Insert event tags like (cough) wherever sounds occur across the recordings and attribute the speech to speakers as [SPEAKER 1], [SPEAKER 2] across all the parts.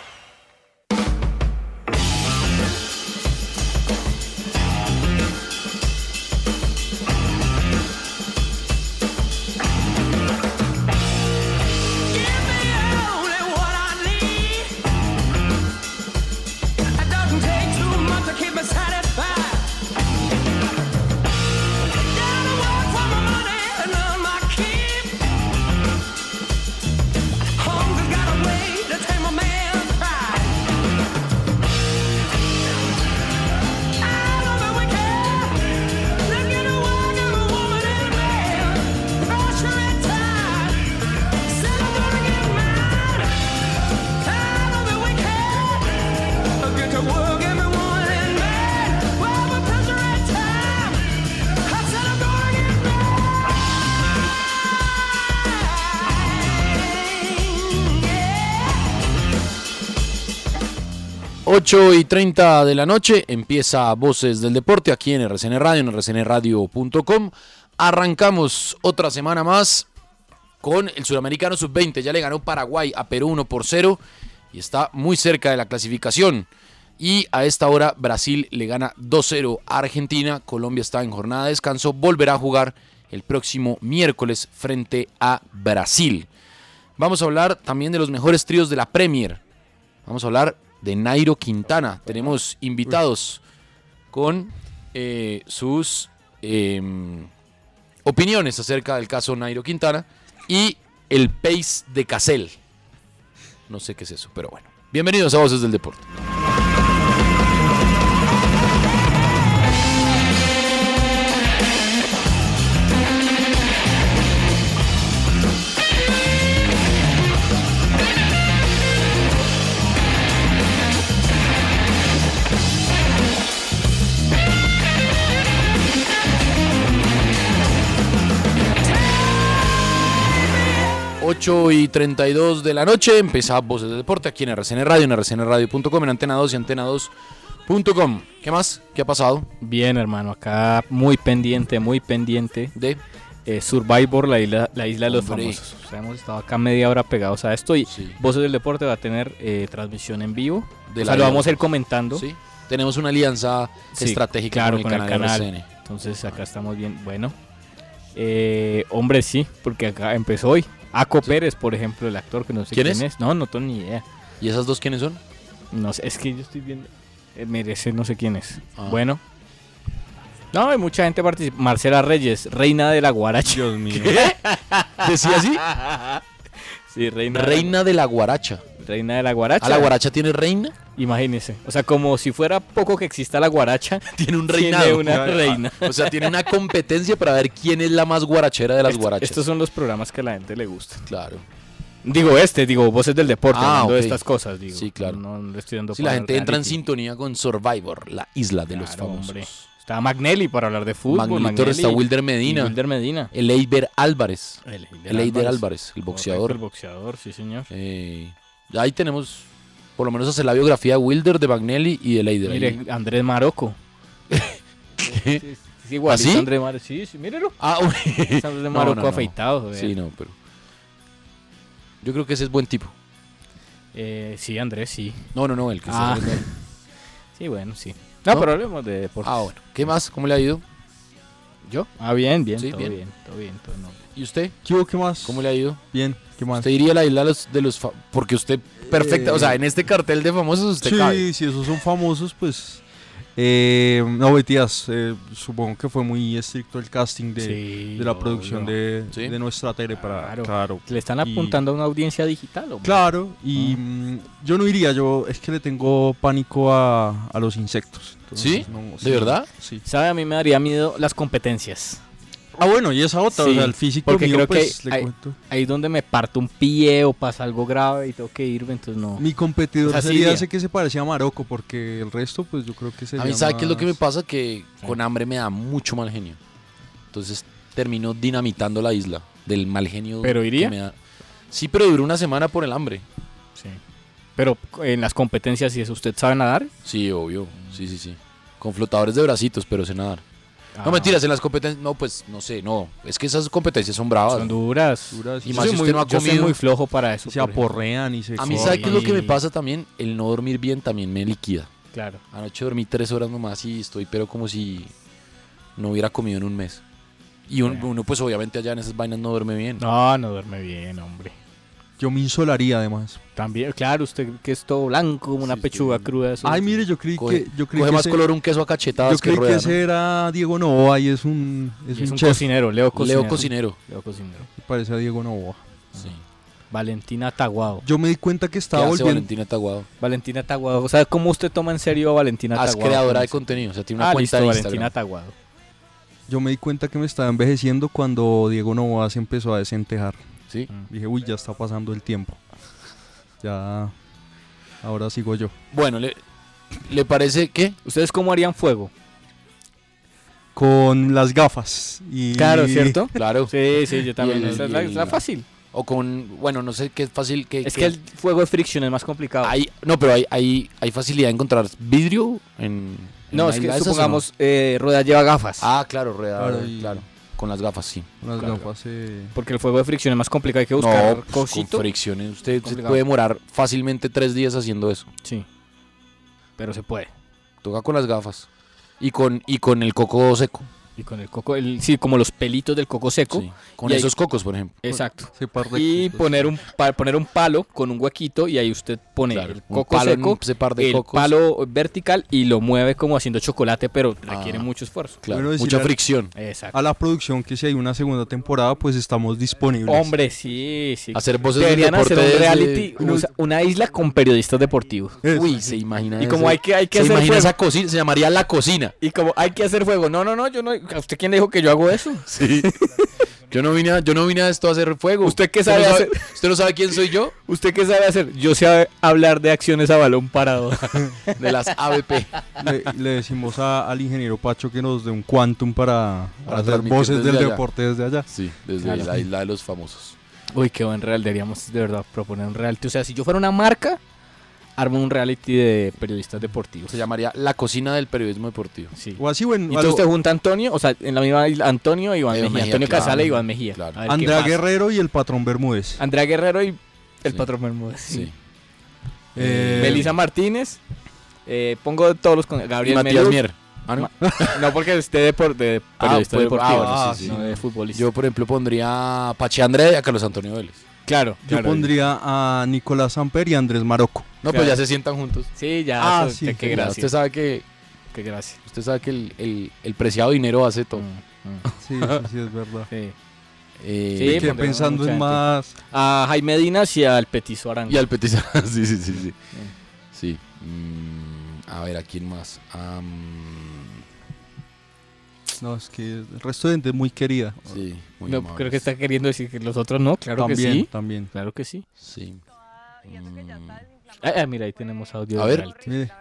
[SPEAKER 1] Ocho y 30 de la noche empieza Voces del Deporte aquí en RCN Radio, en rcnradio.com. Arrancamos otra semana más con el Suramericano Sub-20. Ya le ganó Paraguay a Perú 1 por 0 y está muy cerca de la clasificación. Y a esta hora Brasil le gana 2-0 a Argentina. Colombia está en jornada de descanso. Volverá a jugar el próximo miércoles frente a Brasil. Vamos a hablar también de los mejores tríos de la Premier. Vamos a hablar de Nairo Quintana. Tenemos invitados con eh, sus eh, opiniones acerca del caso Nairo Quintana y el pace de Casel. No sé qué es eso, pero bueno. Bienvenidos a Voces del Deporte. y 32 de la noche. Empieza Voces de Deporte aquí en RCN Radio, en rcnradio.com, en Antena 2 y Antena2.com. ¿Qué más? ¿Qué ha pasado?
[SPEAKER 2] Bien, hermano, acá muy pendiente, muy pendiente
[SPEAKER 1] de
[SPEAKER 2] eh, Survivor, la isla, la isla de los
[SPEAKER 1] Hombre.
[SPEAKER 2] famosos. O sea, hemos estado acá media hora pegados a esto y
[SPEAKER 1] Sí.
[SPEAKER 2] Voces del Deporte va a tener eh, transmisión en vivo.
[SPEAKER 1] De la
[SPEAKER 2] o sea, lo
[SPEAKER 1] vida.
[SPEAKER 2] vamos a ir comentando.
[SPEAKER 1] Sí. Tenemos una alianza
[SPEAKER 2] Sí,
[SPEAKER 1] estratégica
[SPEAKER 2] claro,
[SPEAKER 1] con el canal, RCN.
[SPEAKER 2] Entonces
[SPEAKER 1] Ah.
[SPEAKER 2] acá estamos bien. Bueno, eh, hombre, sí, porque acá empezó hoy. Aco Pérez, por ejemplo, el actor que no sé
[SPEAKER 1] ¿Quién
[SPEAKER 2] quién,
[SPEAKER 1] es?
[SPEAKER 2] es. No, no tengo ni idea.
[SPEAKER 1] ¿Y esas dos quiénes son?
[SPEAKER 2] No sé, es que yo estoy viendo. eh, merece, no sé quién es.
[SPEAKER 1] Ah.
[SPEAKER 2] Bueno. No, hay mucha gente participando. Marcela Reyes, reina de la guaracha. (laughs) Dios mío.
[SPEAKER 1] ¿Decía así?
[SPEAKER 2] Sí, reina.
[SPEAKER 1] reina de la guaracha.
[SPEAKER 2] Reina de la guaracha.
[SPEAKER 1] ¿A la guaracha tiene reina?
[SPEAKER 2] Imagínese. O sea, como si fuera poco que exista
[SPEAKER 1] (laughs)
[SPEAKER 2] la guaracha.
[SPEAKER 1] Tiene un
[SPEAKER 2] Tiene
[SPEAKER 1] reinado.
[SPEAKER 2] una reina.
[SPEAKER 1] O sea, tiene una competencia para ver quién es la más guarachera de las
[SPEAKER 2] Est-
[SPEAKER 1] guarachas.
[SPEAKER 2] Estos son los programas que a la gente le gusta.
[SPEAKER 1] Claro.
[SPEAKER 2] Digo este, digo voces del deporte,
[SPEAKER 1] Ah,
[SPEAKER 2] hablando
[SPEAKER 1] ok.
[SPEAKER 2] de estas cosas, digo.
[SPEAKER 1] Sí, claro.
[SPEAKER 2] No, no le estoy dando
[SPEAKER 1] Si la
[SPEAKER 2] para
[SPEAKER 1] gente entra en
[SPEAKER 2] reality.
[SPEAKER 1] sintonía con Survivor, la isla de los
[SPEAKER 2] Claro,
[SPEAKER 1] famosos.
[SPEAKER 2] hombre. Está Magnelli para hablar de fútbol.
[SPEAKER 1] Magnelli Torres, está Wilder Medina.
[SPEAKER 2] y Wilder Medina.
[SPEAKER 1] El Eiber Álvarez.
[SPEAKER 2] El
[SPEAKER 1] El Eider Álvarez, el
[SPEAKER 2] Correcto,
[SPEAKER 1] boxeador.
[SPEAKER 2] El boxeador, sí, señor.
[SPEAKER 1] Eh, ahí tenemos, por lo menos hacer la biografía de Wilder, de Magnelli y de Leider. Ahí.
[SPEAKER 2] Mire, Andrés Maroco. Sí, sí, igualito
[SPEAKER 1] ¿Así?
[SPEAKER 2] Andrés Maroco. Sí, sí,
[SPEAKER 1] (laughs)
[SPEAKER 2] mírelo.
[SPEAKER 1] Ah,
[SPEAKER 2] (laughs) Es Andrés
[SPEAKER 1] No,
[SPEAKER 2] Maroco
[SPEAKER 1] no, no.
[SPEAKER 2] afeitado. eh. vea.
[SPEAKER 1] sí, no, pero. Yo creo que ese es buen tipo.
[SPEAKER 2] Eh, sí, Andrés, sí.
[SPEAKER 1] No, no, no, el que se-
[SPEAKER 2] Ah. (laughs) Sí, bueno, sí. No,
[SPEAKER 1] ¿No?
[SPEAKER 2] pero hablemos de deportes.
[SPEAKER 1] Ah, bueno. ¿Qué más? ¿Cómo le ha ido? ¿Yo?
[SPEAKER 2] Ah, bien, bien,
[SPEAKER 1] Sí,
[SPEAKER 2] todo
[SPEAKER 1] bien.
[SPEAKER 2] bien. todo bien, todo en orden.
[SPEAKER 1] ¿Y usted?
[SPEAKER 3] ¿Qué, hubo? ¿Qué más?
[SPEAKER 1] ¿Cómo le ha ido?
[SPEAKER 3] Bien, ¿qué más?
[SPEAKER 1] Usted iría a la isla de los... de los fa- porque usted, perfecta, o
[SPEAKER 2] Eh,
[SPEAKER 1] sea, en este cartel de famosos usted
[SPEAKER 3] sí,
[SPEAKER 1] cabe.
[SPEAKER 3] si esos son famosos, pues... eh, no, mentiras, eh, supongo que fue muy estricto el casting de,
[SPEAKER 2] Sí,
[SPEAKER 3] de la producción
[SPEAKER 2] obvio.
[SPEAKER 3] de,
[SPEAKER 1] Sí.
[SPEAKER 3] de nuestra tele para...
[SPEAKER 2] Claro.
[SPEAKER 3] claro.
[SPEAKER 2] Le están
[SPEAKER 3] Y-
[SPEAKER 2] apuntando a una audiencia digital, hombre. Ah.
[SPEAKER 3] Claro, y mm, yo no iría, yo es que le tengo pánico a, a los insectos.
[SPEAKER 1] ¿Sí?
[SPEAKER 3] no,
[SPEAKER 1] ¿De verdad?
[SPEAKER 3] Sí.
[SPEAKER 2] ¿Sabe? A mí me daría miedo las competencias.
[SPEAKER 3] Ah, bueno, y esa otra,
[SPEAKER 2] Sí,
[SPEAKER 3] o sea, el físico
[SPEAKER 2] porque
[SPEAKER 3] mío,
[SPEAKER 2] creo que
[SPEAKER 3] pues, le
[SPEAKER 2] hay-
[SPEAKER 3] cuento.
[SPEAKER 2] Ahí es donde me parto un pie o pasa algo grave y tengo que irme, entonces no.
[SPEAKER 3] Mi competidor
[SPEAKER 2] O sea, sí
[SPEAKER 3] sería
[SPEAKER 2] iría.
[SPEAKER 3] ese que se parecía a Marocco, porque el resto, pues, yo creo que sería
[SPEAKER 1] A mí, ¿sabe qué es lo que me
[SPEAKER 3] más-
[SPEAKER 1] pasa? Que con hambre me da mucho mal genio. Entonces termino dinamitando la isla del mal genio.
[SPEAKER 2] ¿Pero
[SPEAKER 1] que
[SPEAKER 2] iría?
[SPEAKER 1] me da. Sí, pero duró una semana por el hambre.
[SPEAKER 2] Sí. Pero en las competencias, si eso usted sabe nadar.
[SPEAKER 1] Sí, obvio. Sí, sí, sí. Con flotadores de bracitos, pero sé nadar.
[SPEAKER 2] ah,
[SPEAKER 1] No, mentiras, en las competencias... No, pues, no sé, no. Es que esas competencias son bravas.
[SPEAKER 2] Son duras.
[SPEAKER 3] Duras,
[SPEAKER 1] Y
[SPEAKER 3] sí.
[SPEAKER 1] más
[SPEAKER 2] Yo
[SPEAKER 1] si
[SPEAKER 2] soy
[SPEAKER 1] usted no
[SPEAKER 2] muy-
[SPEAKER 1] ha
[SPEAKER 2] yo soy
[SPEAKER 1] comido.
[SPEAKER 2] muy flojo para eso.
[SPEAKER 3] se
[SPEAKER 2] por ejemplo.
[SPEAKER 3] aporrean y se...
[SPEAKER 1] A mí,
[SPEAKER 2] Sí.
[SPEAKER 1] ¿sabe qué es lo que me
[SPEAKER 2] Sí.
[SPEAKER 1] pasa también? El no dormir bien también me liquida.
[SPEAKER 2] Claro.
[SPEAKER 1] Anoche dormí tres horas nomás y estoy, pero como si no hubiera comido en un mes. Y un-
[SPEAKER 2] Ya.
[SPEAKER 1] uno, pues obviamente allá en esas vainas no duerme bien.
[SPEAKER 2] No, no duerme bien, hombre.
[SPEAKER 3] Yo me insolaría, además.
[SPEAKER 2] También, claro, usted que es todo blanco, como una
[SPEAKER 1] Sí,
[SPEAKER 2] pechuga
[SPEAKER 1] sí.
[SPEAKER 2] cruda. eso-
[SPEAKER 3] Ay, mire, yo creí
[SPEAKER 1] coge
[SPEAKER 3] que... Yo creí
[SPEAKER 1] coge
[SPEAKER 3] que
[SPEAKER 1] más
[SPEAKER 3] ese-
[SPEAKER 1] color un queso a cachetadas
[SPEAKER 3] Yo creí
[SPEAKER 1] rueda,
[SPEAKER 3] que
[SPEAKER 1] ¿no?
[SPEAKER 3] ese era Diego Novoa y es un...
[SPEAKER 2] Y
[SPEAKER 3] Es,
[SPEAKER 2] es un
[SPEAKER 3] chef,
[SPEAKER 2] cocinero, Leo Cocinero.
[SPEAKER 1] Leo cocinero.
[SPEAKER 2] Leo Cocinero.
[SPEAKER 3] parece a Diego Novoa.
[SPEAKER 1] Sí.
[SPEAKER 2] Valentina Taguado.
[SPEAKER 3] Yo me di cuenta que
[SPEAKER 1] ¿Qué
[SPEAKER 3] estaba
[SPEAKER 1] hace
[SPEAKER 3] volviendo...
[SPEAKER 1] Valentina Taguado?
[SPEAKER 2] Valentina Taguado. O sea, ¿cómo usted toma en serio a Valentina
[SPEAKER 1] Ah, es
[SPEAKER 2] Taguado?
[SPEAKER 1] creadora de
[SPEAKER 2] Con-
[SPEAKER 1] contenido, o sea, tiene una
[SPEAKER 2] Ah,
[SPEAKER 1] cuenta
[SPEAKER 2] listo,
[SPEAKER 1] de
[SPEAKER 2] Valentina
[SPEAKER 1] Instagram.
[SPEAKER 2] Taguado.
[SPEAKER 3] Yo me di cuenta que me estaba envejeciendo cuando Diego Novoa se empezó a desentejar.
[SPEAKER 1] Sí.
[SPEAKER 3] Dije, uy, ya está pasando el tiempo. Ya. Ahora sigo yo.
[SPEAKER 1] Bueno, ¿le, le parece que
[SPEAKER 2] ¿Ustedes cómo harían fuego?
[SPEAKER 3] Con las gafas. Y...
[SPEAKER 2] Claro, ¿cierto?
[SPEAKER 1] Claro.
[SPEAKER 2] Sí, sí, yo también.
[SPEAKER 1] Y el-
[SPEAKER 2] Esa es la,
[SPEAKER 1] y el-
[SPEAKER 2] es la fácil.
[SPEAKER 1] O con, bueno, no sé qué fácil que...
[SPEAKER 2] Es que el fuego de friction es más complicado.
[SPEAKER 1] Hay, no, pero hay, hay, hay facilidad de encontrar vidrio en... en
[SPEAKER 2] no,
[SPEAKER 1] la
[SPEAKER 2] es que
[SPEAKER 1] isla esas, ¿o no?
[SPEAKER 2] supongamos, eh, Rueda lleva gafas.
[SPEAKER 1] Ah, claro, redador,
[SPEAKER 3] Claro, y-
[SPEAKER 1] claro. Con las gafas, sí.
[SPEAKER 3] Con Las
[SPEAKER 2] Claro.
[SPEAKER 3] gafas. eh,
[SPEAKER 2] Porque el fuego de fricción es más complicado, hay que buscar
[SPEAKER 1] pues,
[SPEAKER 2] cosito.
[SPEAKER 1] con fricciones. Usted se
[SPEAKER 2] Complicado.
[SPEAKER 1] puede demorar fácilmente tres días haciendo eso.
[SPEAKER 2] sí. Pero se puede.
[SPEAKER 1] Toca con las gafas. Y con, y con el coco seco.
[SPEAKER 2] Y con el coco, el- sí, como los pelitos del coco seco.
[SPEAKER 1] Sí. Con
[SPEAKER 2] Y ahí-
[SPEAKER 1] esos cocos, por ejemplo.
[SPEAKER 2] Exacto.
[SPEAKER 3] ese par de
[SPEAKER 2] Y
[SPEAKER 3] cosas.
[SPEAKER 2] poner un, pa- poner un palo con un huequito y ahí usted pone
[SPEAKER 1] Claro,
[SPEAKER 2] el
[SPEAKER 1] un
[SPEAKER 2] coco
[SPEAKER 1] palo en
[SPEAKER 2] seco,
[SPEAKER 1] un- ese par de
[SPEAKER 2] el
[SPEAKER 1] cocos.
[SPEAKER 2] palo vertical y lo mueve como haciendo chocolate, pero requiere
[SPEAKER 1] Ah.
[SPEAKER 2] mucho esfuerzo.
[SPEAKER 1] Claro,
[SPEAKER 3] Bueno,
[SPEAKER 1] mucha
[SPEAKER 3] decirle-
[SPEAKER 1] fricción.
[SPEAKER 2] Exacto.
[SPEAKER 3] A la producción, que si hay una segunda temporada, pues estamos disponibles.
[SPEAKER 2] Hombre, sí, sí.
[SPEAKER 1] Hacer voces de
[SPEAKER 2] Deberían hacer un
[SPEAKER 1] deportes,
[SPEAKER 2] reality,
[SPEAKER 1] eh,
[SPEAKER 2] usa- una isla con periodistas deportivos.
[SPEAKER 3] Eso.
[SPEAKER 1] Uy, se imagina
[SPEAKER 2] Y
[SPEAKER 1] ese-
[SPEAKER 2] como hay que, hay que
[SPEAKER 1] se
[SPEAKER 2] hacer
[SPEAKER 1] imagina
[SPEAKER 2] fuego.
[SPEAKER 1] esa cocina, se llamaría la cocina.
[SPEAKER 2] Y como hay que hacer fuego. No, no, no, yo no. ¿A usted quién le dijo que yo hago eso?
[SPEAKER 1] (laughs) Sí. yo no vine a, yo no vine a esto a hacer fuego.
[SPEAKER 2] ¿Usted qué
[SPEAKER 1] no
[SPEAKER 2] sabe hacer?
[SPEAKER 1] ¿Usted no sabe quién soy yo?
[SPEAKER 2] ¿Usted qué sabe hacer? Yo sé hablar de acciones a balón
[SPEAKER 3] (laughs)
[SPEAKER 2] parado.
[SPEAKER 1] De (laughs) las ABP.
[SPEAKER 3] Le, le decimos a- al ingeniero Pacho que nos dé un quantum para, para hacer
[SPEAKER 1] transmitir
[SPEAKER 3] voces
[SPEAKER 1] desde
[SPEAKER 3] del
[SPEAKER 1] allá.
[SPEAKER 3] deporte desde allá.
[SPEAKER 1] Sí, desde
[SPEAKER 2] Claro.
[SPEAKER 1] la isla de los famosos.
[SPEAKER 2] Uy, qué buen real. Deberíamos de verdad proponer un reality. O sea, si yo fuera una marca, armo un reality de periodistas deportivos.
[SPEAKER 1] Se llamaría la cocina del periodismo deportivo.
[SPEAKER 2] Sí.
[SPEAKER 3] O así, bueno,
[SPEAKER 2] Y entonces
[SPEAKER 3] algo-
[SPEAKER 2] te junta Antonio, o sea, en la misma isla, Antonio y Iván
[SPEAKER 1] Iván
[SPEAKER 2] Mejía.
[SPEAKER 1] Mejía,
[SPEAKER 2] Antonio
[SPEAKER 1] claro.
[SPEAKER 2] Casale y Iván Mejía.
[SPEAKER 1] Claro.
[SPEAKER 2] A ver qué
[SPEAKER 3] Andrea
[SPEAKER 2] pasa.
[SPEAKER 3] Guerrero y el patrón Bermúdez.
[SPEAKER 2] Andrea Guerrero y el
[SPEAKER 1] Sí.
[SPEAKER 2] patrón Bermúdez.
[SPEAKER 1] Sí.
[SPEAKER 3] Eh,
[SPEAKER 2] Melissa Martínez. Eh, pongo todos los con
[SPEAKER 1] Y
[SPEAKER 2] Gabriel
[SPEAKER 1] Matías
[SPEAKER 2] Meluz.
[SPEAKER 1] Mier. Ah, no.
[SPEAKER 2] No, porque usted es depor- de
[SPEAKER 1] Ah,
[SPEAKER 2] periodista
[SPEAKER 1] pues,
[SPEAKER 2] deportivo,
[SPEAKER 1] ah, bueno,
[SPEAKER 3] sí, sí.
[SPEAKER 2] no de futbolista.
[SPEAKER 1] Yo, por ejemplo, pondría a Pache Andrea y a Carlos Antonio Vélez.
[SPEAKER 2] claro,
[SPEAKER 3] Yo
[SPEAKER 2] claro.
[SPEAKER 3] pondría a Nicolás Samper y a Andrés Marocco.
[SPEAKER 1] No,
[SPEAKER 2] Claro.
[SPEAKER 1] pues ya se sientan juntos.
[SPEAKER 2] Sí, ya.
[SPEAKER 3] Ah,
[SPEAKER 2] eso-
[SPEAKER 3] sí,
[SPEAKER 2] qué-
[SPEAKER 3] sí,
[SPEAKER 2] Qué
[SPEAKER 1] Ya, Usted
[SPEAKER 2] gracia.
[SPEAKER 1] sabe que,
[SPEAKER 2] Qué gracia.
[SPEAKER 1] usted sabe que el, el- el preciado dinero hace
[SPEAKER 2] (laughs)
[SPEAKER 1] todo.
[SPEAKER 2] Mm, mm,
[SPEAKER 3] Sí, sí, sí, es verdad.
[SPEAKER 2] sí.
[SPEAKER 1] Eh,
[SPEAKER 2] Sí,
[SPEAKER 3] que
[SPEAKER 2] pondremos
[SPEAKER 3] pensando
[SPEAKER 2] mucha
[SPEAKER 3] en
[SPEAKER 2] gente.
[SPEAKER 3] más.
[SPEAKER 2] A Jaime Dinas y al Petiso Arango.
[SPEAKER 1] y al petiza. (laughs) sí, sí, sí, sí. Sí. Mm, a ver, ¿a quién más? Am,
[SPEAKER 3] No, es que el resto de gente es muy querida.
[SPEAKER 1] sí, muy
[SPEAKER 2] No,
[SPEAKER 1] amables.
[SPEAKER 2] creo que está queriendo decir que los otros no, claro
[SPEAKER 3] también,
[SPEAKER 2] que sí.
[SPEAKER 3] también.
[SPEAKER 2] Claro que sí.
[SPEAKER 1] Sí. Mm,
[SPEAKER 2] Ah, ah, mira, ahí tenemos audio.
[SPEAKER 1] A
[SPEAKER 2] de
[SPEAKER 1] ver.
[SPEAKER 2] reality.
[SPEAKER 3] Mire,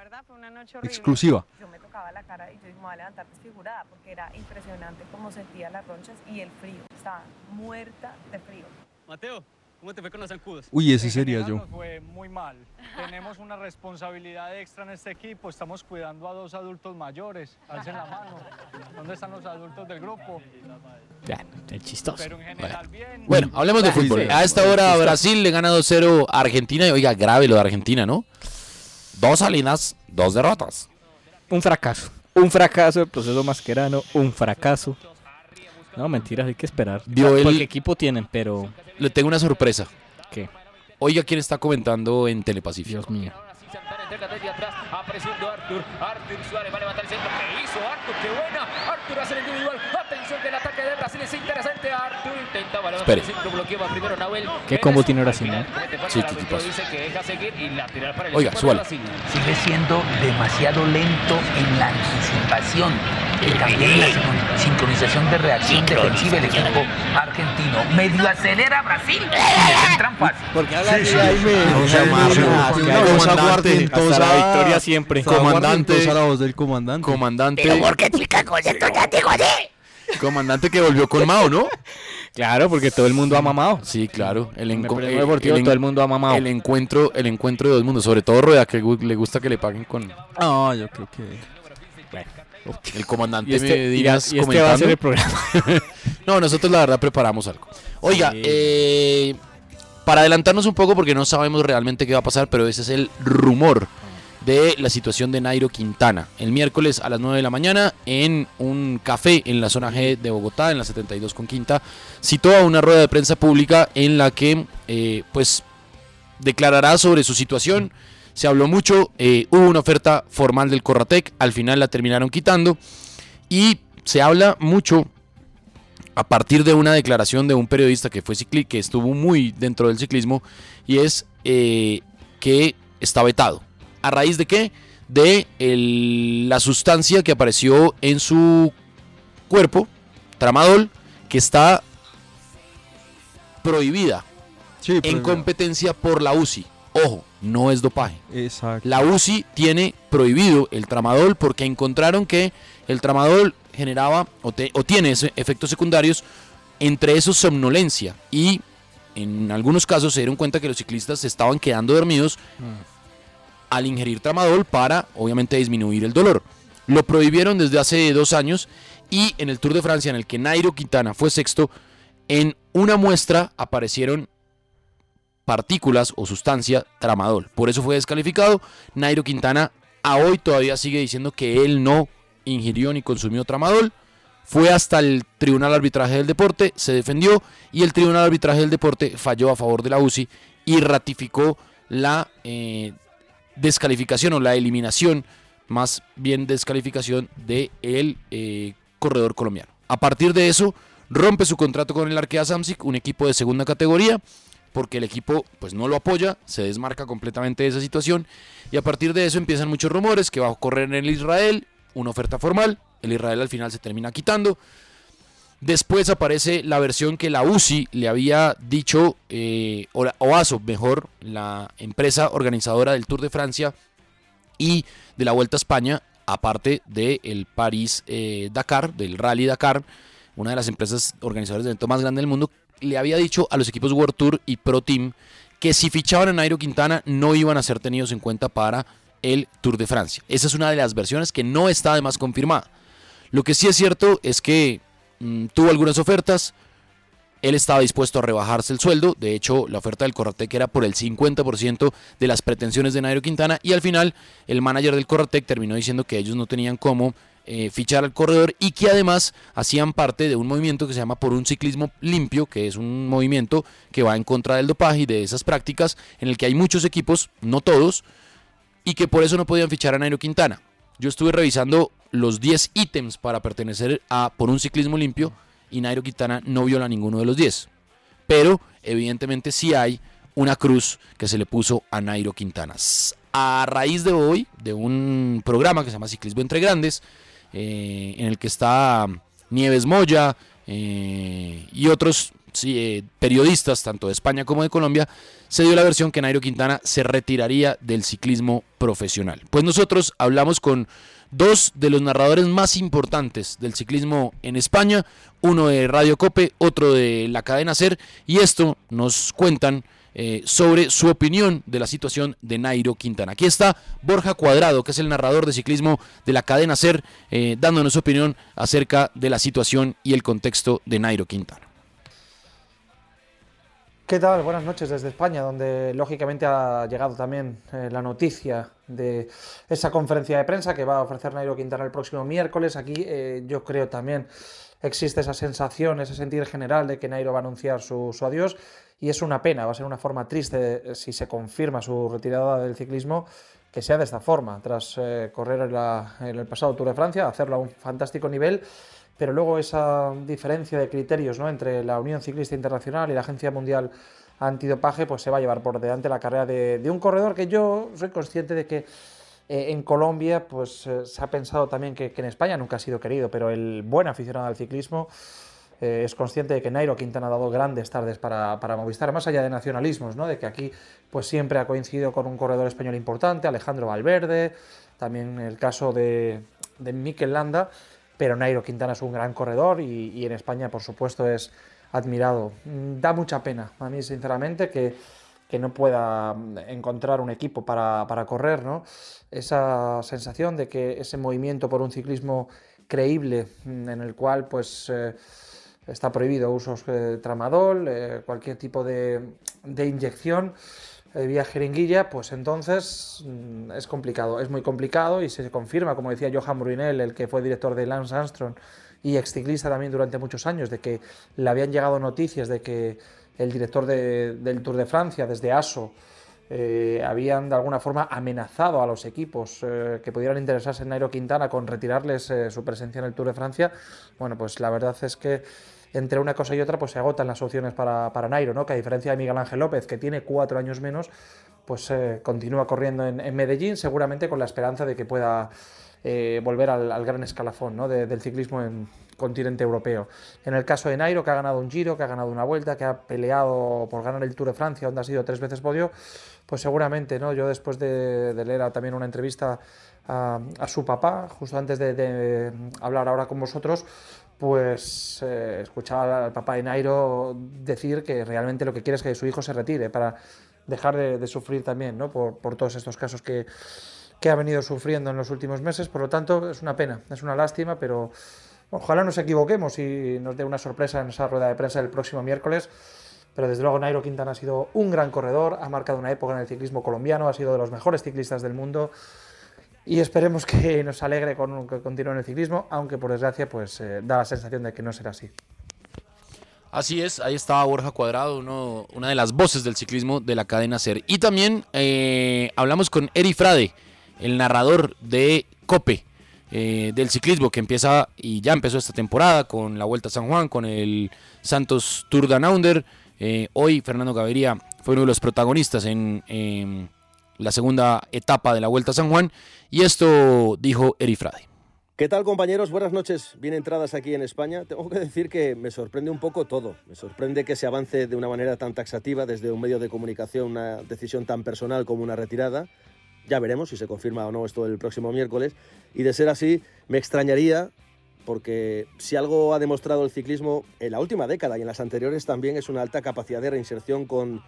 [SPEAKER 3] exclusiva.
[SPEAKER 4] Yo me tocaba la cara y yo dije, me voy a levantar desfigurada porque era impresionante cómo sentía las ronchas y el frío. Estaba muerta de frío.
[SPEAKER 5] Mateo, ¿cómo te fue con los zancudos?
[SPEAKER 3] Uy, ese sería yo.
[SPEAKER 5] fue muy mal. Tenemos una responsabilidad extra en este equipo. Estamos cuidando a dos adultos mayores. Alcen la mano. ¿Dónde están los adultos del grupo?
[SPEAKER 2] Ya, el chistoso.
[SPEAKER 5] Pero en general, bien.
[SPEAKER 1] Bueno, hablemos de
[SPEAKER 2] Sí,
[SPEAKER 1] fútbol.
[SPEAKER 2] sí.
[SPEAKER 1] A esta hora Brasil le gana 2-0 a Argentina. Y oiga, grave lo de Argentina, ¿no? Dos salinas, dos derrotas.
[SPEAKER 2] Un fracaso. Un fracaso del proceso masquerano, un fracaso. No, mentiras, hay que esperar.
[SPEAKER 1] Dio el-
[SPEAKER 2] Porque equipo tienen, pero.
[SPEAKER 1] Le tengo una sorpresa.
[SPEAKER 2] ¿Qué?
[SPEAKER 1] Oiga, ¿quién está comentando en Telepacífico?
[SPEAKER 2] Dios mío.
[SPEAKER 6] Entrega desde atrás, apareciendo Arthur. Arthur Suárez va a levantar el centro. ¿Qué hizo Arthur? ¡Qué buena! Arthur hace el individual. Atención que el ataque de Brasil es interesante. Arthur intentaba levantar
[SPEAKER 2] Espere.
[SPEAKER 6] el centro, bloqueaba primero Nahuel.
[SPEAKER 2] ¿Qué combo tiene Brasil? no?
[SPEAKER 1] Sí, ¿qué- qué pasa?
[SPEAKER 6] Dice que deja seguir y lateral para el
[SPEAKER 1] Oiga,
[SPEAKER 6] equipo de
[SPEAKER 1] súbale.
[SPEAKER 6] Brasil.
[SPEAKER 7] Sigue siendo demasiado lento en la anticipación y también en la sincron- sincronización de reacción defensiva del equipo argentino. Medio acelera Brasil. Trampas.
[SPEAKER 8] Porque
[SPEAKER 7] habla así, Jaime?
[SPEAKER 3] No,
[SPEAKER 8] Jaime,
[SPEAKER 3] no,
[SPEAKER 8] que hay
[SPEAKER 3] no, vamos a
[SPEAKER 8] comandante,
[SPEAKER 3] guardar
[SPEAKER 8] hasta
[SPEAKER 3] entonces
[SPEAKER 8] la
[SPEAKER 3] a-
[SPEAKER 8] victoria siempre.
[SPEAKER 3] hasta guardar
[SPEAKER 1] Comandante.
[SPEAKER 3] entonces a la voz del comandante.
[SPEAKER 1] Comandante.
[SPEAKER 7] explica cosas
[SPEAKER 1] Comandante que volvió con Mao, ¿no?
[SPEAKER 2] Claro, porque todo el mundo ha mamado.
[SPEAKER 1] Sí, claro. El,
[SPEAKER 2] En el
[SPEAKER 1] enco-
[SPEAKER 2] periodismo
[SPEAKER 1] eh,
[SPEAKER 2] deportivo
[SPEAKER 1] en-
[SPEAKER 2] todo el mundo ha mamado.
[SPEAKER 1] El encuentro, el encuentro de dos mundos, sobre todo Rueda, que gu- le gusta que le paguen con.
[SPEAKER 2] Ah,
[SPEAKER 3] No, yo creo que.
[SPEAKER 1] El comandante
[SPEAKER 2] Y este-
[SPEAKER 1] Medinas
[SPEAKER 2] y- y este va a ser el
[SPEAKER 1] comentando. no, nosotros la verdad preparamos algo. Oiga,
[SPEAKER 2] Sí.
[SPEAKER 1] eh, para adelantarnos un poco, porque no sabemos realmente qué va a pasar, pero ese es el rumor de la situación de Nairo Quintana. El miércoles a las 9 de la mañana, en un café en la zona G de Bogotá, en la 72 con Quinta, citó a una rueda de prensa pública en la que, eh, pues, declarará sobre su situación. Se habló mucho, eh, hubo una oferta formal del Corratec, al final la terminaron quitando. Y se habla mucho a partir de una declaración de un periodista que fue cicli que estuvo muy dentro del ciclismo, y es eh, que está vetado. ¿A raíz de qué? De el- la sustancia que apareció en su cuerpo, tramadol, que está prohibida en
[SPEAKER 3] prohibida.
[SPEAKER 1] competencia por la UCI. Ojo, no es dopaje.
[SPEAKER 3] Exacto.
[SPEAKER 1] La UCI tiene prohibido el tramadol porque encontraron que el tramadol generaba o, te- o tiene ese- efectos secundarios, entre esos somnolencia. Y en algunos casos se dieron cuenta que los ciclistas se estaban quedando dormidos al ingerir tramadol para, obviamente, disminuir el dolor. Lo prohibieron desde hace dos años y en el Tour de Francia, en el que Nairo Quintana fue sexto, en una muestra aparecieron partículas o sustancia tramadol. Por eso fue descalificado. Nairo Quintana a hoy todavía sigue diciendo que él no ingirió ni consumió tramadol. Fue hasta el Tribunal Arbitraje del Deporte, se defendió y el Tribunal Arbitraje del Deporte falló a favor de la UCI y ratificó la eh, descalificación o la eliminación, más bien descalificación del el eh, corredor colombiano. A partir de eso, rompe su contrato con el Arkea Samsic, un equipo de segunda categoría, porque el equipo pues no lo apoya, se desmarca completamente de esa situación y a partir de eso empiezan muchos rumores que va a correr en el Israel, una oferta formal, el Israel al final se termina quitando. Después aparece la versión que la UCI le había dicho, eh, o la- o ASO, mejor, la empresa organizadora del Tour de Francia y de la Vuelta a España, aparte del París-Dakar, eh, del Rally Dakar, una de las empresas organizadoras de evento más grande del mundo, le había dicho a los equipos World Tour y Pro Team que si fichaban a Nairo Quintana no iban a ser tenidos en cuenta para el Tour de Francia. Esa es una de las versiones que no está además confirmada. Lo que sí es cierto es que mm, tuvo algunas ofertas, él estaba dispuesto a rebajarse el sueldo. De hecho, la oferta del Corratec era por el 50% de las pretensiones de Nairo Quintana. Y al final, el manager del Corratec terminó diciendo que ellos no tenían cómo eh, fichar al corredor y que además hacían parte de un movimiento que se llama Por un Ciclismo Limpio, que es un movimiento que va en contra del dopaje y de esas prácticas, en el que hay muchos equipos, no todos, y que por eso no podían fichar a Nairo Quintana. Yo estuve revisando los 10 ítems para pertenecer a Por un Ciclismo Limpio y Nairo Quintana no viola ninguno de los 10. Pero evidentemente sí hay una cruz que se le puso a Nairo Quintana. S- A raíz de hoy, de un programa que se llama Ciclismo entre Grandes, eh, en el que está Nieves Moya eh, y otros sí, eh, periodistas, tanto de España como de Colombia, se dio la versión que Nairo Quintana se retiraría del ciclismo profesional. Pues nosotros hablamos con dos de los narradores más importantes del ciclismo en España, uno de Radio Cope, otro de la cadena Ser, y esto nos cuentan eh, sobre su opinión de la situación de Nairo Quintana. Aquí está Borja Cuadrado, que es el narrador de ciclismo de la cadena Ser, eh, dándonos su opinión acerca de la situación y el contexto de Nairo Quintana.
[SPEAKER 9] ¿Qué tal? Buenas noches desde España, donde lógicamente ha llegado también eh, la noticia de esa conferencia de prensa que va a ofrecer Nairo Quintana el próximo miércoles. Aquí eh, yo creo también
[SPEAKER 2] existe esa sensación, ese sentir general de que Nairo va a anunciar su, su adiós y es una pena, va a ser una forma triste eh, si se confirma su retirada del ciclismo que sea de esta forma, tras eh, correr en, la- en el pasado Tour de Francia, hacerlo a un fantástico nivel, pero luego esa diferencia de criterios ¿no? entre la Unión Ciclista Internacional y la Agencia Mundial Antidopaje pues se va a llevar por delante la carrera de, de un corredor que yo soy consciente de que eh, en Colombia pues eh, se ha pensado también que, que en España nunca ha sido querido, pero el buen aficionado al ciclismo eh, es consciente de que Nairo Quintana ha dado grandes tardes para, para Movistar, más allá de nacionalismos, ¿no? de que aquí pues siempre ha coincidido con un corredor español importante, Alejandro Valverde, también el caso de, de Mikel Landa, pero Nairo Quintana es un gran corredor y, y en España por supuesto es admirado. Mm, Da mucha pena a mí sinceramente que, que no pueda mm, encontrar un equipo para, para correr, ¿no? Esa sensación de que ese movimiento por un ciclismo creíble mm, en el cual pues... eh, está prohibido usos de tramadol, eh, cualquier tipo de, de inyección eh, vía jeringuilla, pues entonces mm, es complicado, es muy complicado y se confirma, como decía Johan Brunel, el que fue director de Lance Armstrong y exciclista también durante muchos años, de que le habían llegado noticias de que el director de- del Tour de Francia, desde ASO, eh, habían de alguna forma amenazado a los equipos eh, que pudieran interesarse en Nairo Quintana con retirarles eh, su presencia en el Tour de Francia, bueno, pues la verdad es que entre una cosa y otra pues se agotan las opciones para, para Nairo, ¿no? que a diferencia de Miguel Ángel López, que tiene cuatro años menos, pues eh, continúa corriendo en, en Medellín, seguramente con la esperanza de que pueda eh, volver al, al gran escalafón ¿no? de- del ciclismo en continente europeo. En el caso de Nairo, que ha ganado un giro, que ha ganado una vuelta, que ha peleado por ganar el Tour de Francia, donde ha sido tres veces podio, pues seguramente, ¿no? Yo después de, de leer a- también una entrevista a, a su papá, justo antes de, de hablar ahora con vosotros, pues eh, escuchaba al papá de Nairo decir que realmente lo que quiere es que su hijo se retire para dejar de, de sufrir también, ¿no? Por, por todos estos casos que, que ha venido sufriendo en los últimos meses. Por lo tanto, es una pena, es una lástima, pero ojalá nos equivoquemos y nos dé una sorpresa en esa rueda de prensa el próximo miércoles. Pero desde luego Nairo Quintana ha sido un gran corredor, ha marcado una época en el ciclismo colombiano, ha sido de los mejores ciclistas del mundo y esperemos que nos alegre con que continúe en el ciclismo, aunque por desgracia pues eh, da la sensación de que no será así.
[SPEAKER 1] Así es, ahí estaba Borja Cuadrado, uno- una de las voces del ciclismo de la cadena Ser. Y también eh, hablamos con Eri Frade, el narrador de Cope, eh, del ciclismo, que empieza y ya empezó esta temporada con la Vuelta a San Juan, con el Santos Tour de Anaunder. Eh, hoy Fernando Gaviria fue uno de los protagonistas en eh, la segunda etapa de la Vuelta a San Juan. Y esto dijo Eri Frade.
[SPEAKER 6] ¿Qué tal compañeros? Buenas noches. Bien entradas aquí en España. Tengo que decir que me sorprende un poco todo. Me sorprende que se avance de una manera tan taxativa desde un medio de comunicación una decisión tan personal como una retirada. Ya veremos si se confirma o no esto el próximo miércoles. Y de ser así, me extrañaría porque si algo ha demostrado el ciclismo en la última década y en las anteriores también es una alta capacidad de reinserción con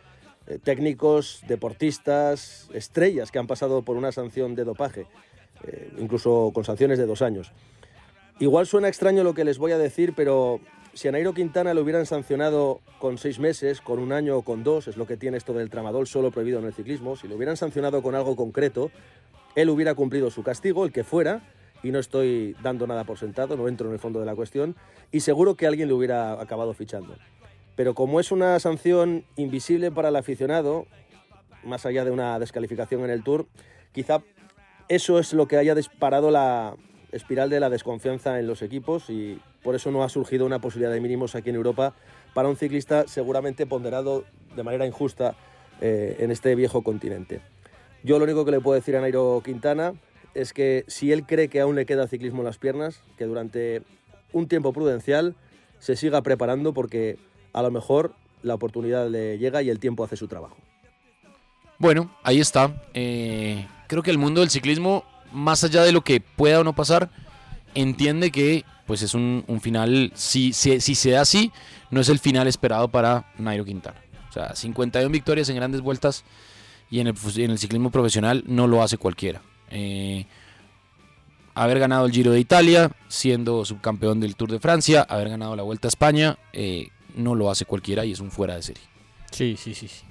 [SPEAKER 6] eh, técnicos, deportistas, estrellas que han pasado por una sanción de dopaje eh, incluso con sanciones de dos años. Igual suena extraño lo que les voy a decir, pero si a Nairo Quintana lo hubieran sancionado con seis meses, con un año o con dos, es lo que tiene esto del tramadol solo prohibido en el ciclismo, si lo hubieran sancionado con algo concreto, él hubiera cumplido su castigo, el que fuera, y no estoy dando nada por sentado, no entro en el fondo de la cuestión, y seguro que alguien lo hubiera acabado fichando. Pero como es una sanción invisible para el aficionado, más allá de una descalificación en el Tour, quizá eso es lo que haya disparado la espiral de la desconfianza en los equipos y por eso no ha surgido una posibilidad de mínimos aquí en Europa para un ciclista seguramente ponderado de manera injusta eh, en este viejo continente. Yo lo único que le puedo decir a Nairo Quintana es que si él cree que aún le queda ciclismo en las piernas, que durante un tiempo prudencial se siga preparando porque a lo mejor la oportunidad le llega y el tiempo hace su trabajo.
[SPEAKER 1] Bueno, ahí está. Eh, creo que el mundo del ciclismo, más allá de lo que pueda o no pasar, entiende que pues es un, un final, si, si, si se da así, no es el final esperado para Nairo Quintana. O sea, 51 victorias en grandes vueltas y en el, fu- en el ciclismo profesional no lo hace cualquiera. Eh, haber ganado el Giro de Italia, siendo subcampeón del Tour de Francia, haber ganado la Vuelta a España, eh, no lo hace cualquiera y es un fuera de serie.
[SPEAKER 10] Sí, sí, sí. sí.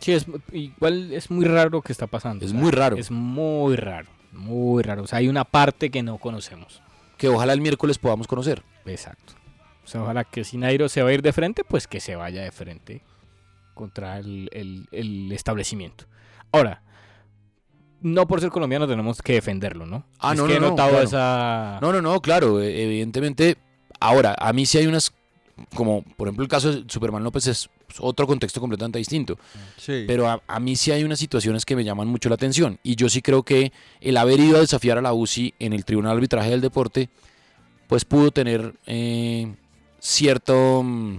[SPEAKER 10] Sí, es, igual es muy raro que está pasando.
[SPEAKER 1] Es
[SPEAKER 10] o sea,
[SPEAKER 1] muy raro.
[SPEAKER 10] Es muy raro, muy raro. O sea, hay una parte que no conocemos.
[SPEAKER 1] Que ojalá el miércoles podamos conocer.
[SPEAKER 10] Exacto.
[SPEAKER 2] O sea, ojalá que si Nairo se va a ir de frente, pues que se vaya de frente contra el, el- el establecimiento. Ahora, no por ser colombiano tenemos que defenderlo, ¿no?
[SPEAKER 1] Ah,
[SPEAKER 2] Es
[SPEAKER 1] no,
[SPEAKER 2] que
[SPEAKER 1] no,
[SPEAKER 2] he
[SPEAKER 1] no,
[SPEAKER 2] notado
[SPEAKER 1] claro.
[SPEAKER 2] esa...
[SPEAKER 1] No, no, no, claro, e- evidentemente. Ahora, a mí sí hay unas, como por ejemplo el caso de Superman López es otro contexto completamente distinto. Pero a, a mí sí hay unas situaciones que me llaman mucho la atención. Y yo sí creo que el haber ido a desafiar a la UCI en el Tribunal de Arbitraje del Deporte, pues pudo tener eh, cierto... mm,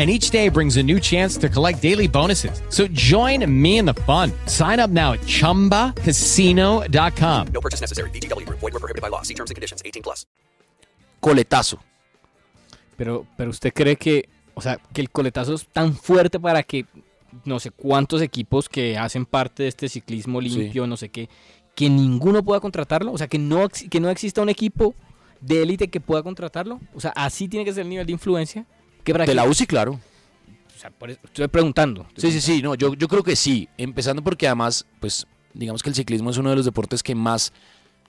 [SPEAKER 11] And each day brings a new chance to collect daily bonuses. So join me in the fun. Sign up now at chumbacasino.com.
[SPEAKER 12] No purchase necessary. VGW Group. Void were prohibited by law. See terms and conditions. 18 plus.
[SPEAKER 1] coletazo.
[SPEAKER 2] Pero, pero usted cree que, o sea, que el coletazo es tan fuerte para que no sé cuántos equipos que hacen parte de este ciclismo limpio, no sé qué, que ninguno pueda contratarlo, o sea, que no, ex- que no exista un equipo de élite que pueda contratarlo, o sea, así tiene que ser el nivel de influencia. Que para
[SPEAKER 1] De
[SPEAKER 2] que-
[SPEAKER 1] la UCI, claro.
[SPEAKER 2] O sea, por eso estoy preguntando.
[SPEAKER 1] Sí, sí, sí, no, yo, yo creo que sí. Empezando porque además, pues, digamos que el ciclismo es uno de los deportes que más,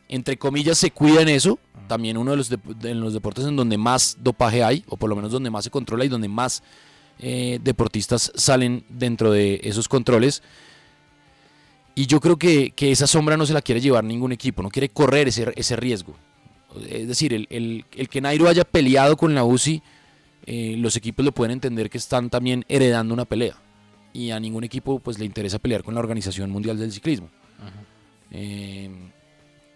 [SPEAKER 1] entre comillas, se cuida en eso. También uno de los, dep- de los deportes en donde más dopaje hay, o por lo menos donde más se controla y donde más eh, deportistas salen dentro de esos controles. Y yo creo que, que esa sombra no se la quiere llevar ningún equipo, no quiere correr ese, ese riesgo. Es decir, el, el- el que Nairo haya peleado con la UCI, eh, los equipos lo pueden entender que están también heredando una pelea. Y a ningún equipo pues le interesa pelear con la Organización Mundial del Ciclismo. Eh,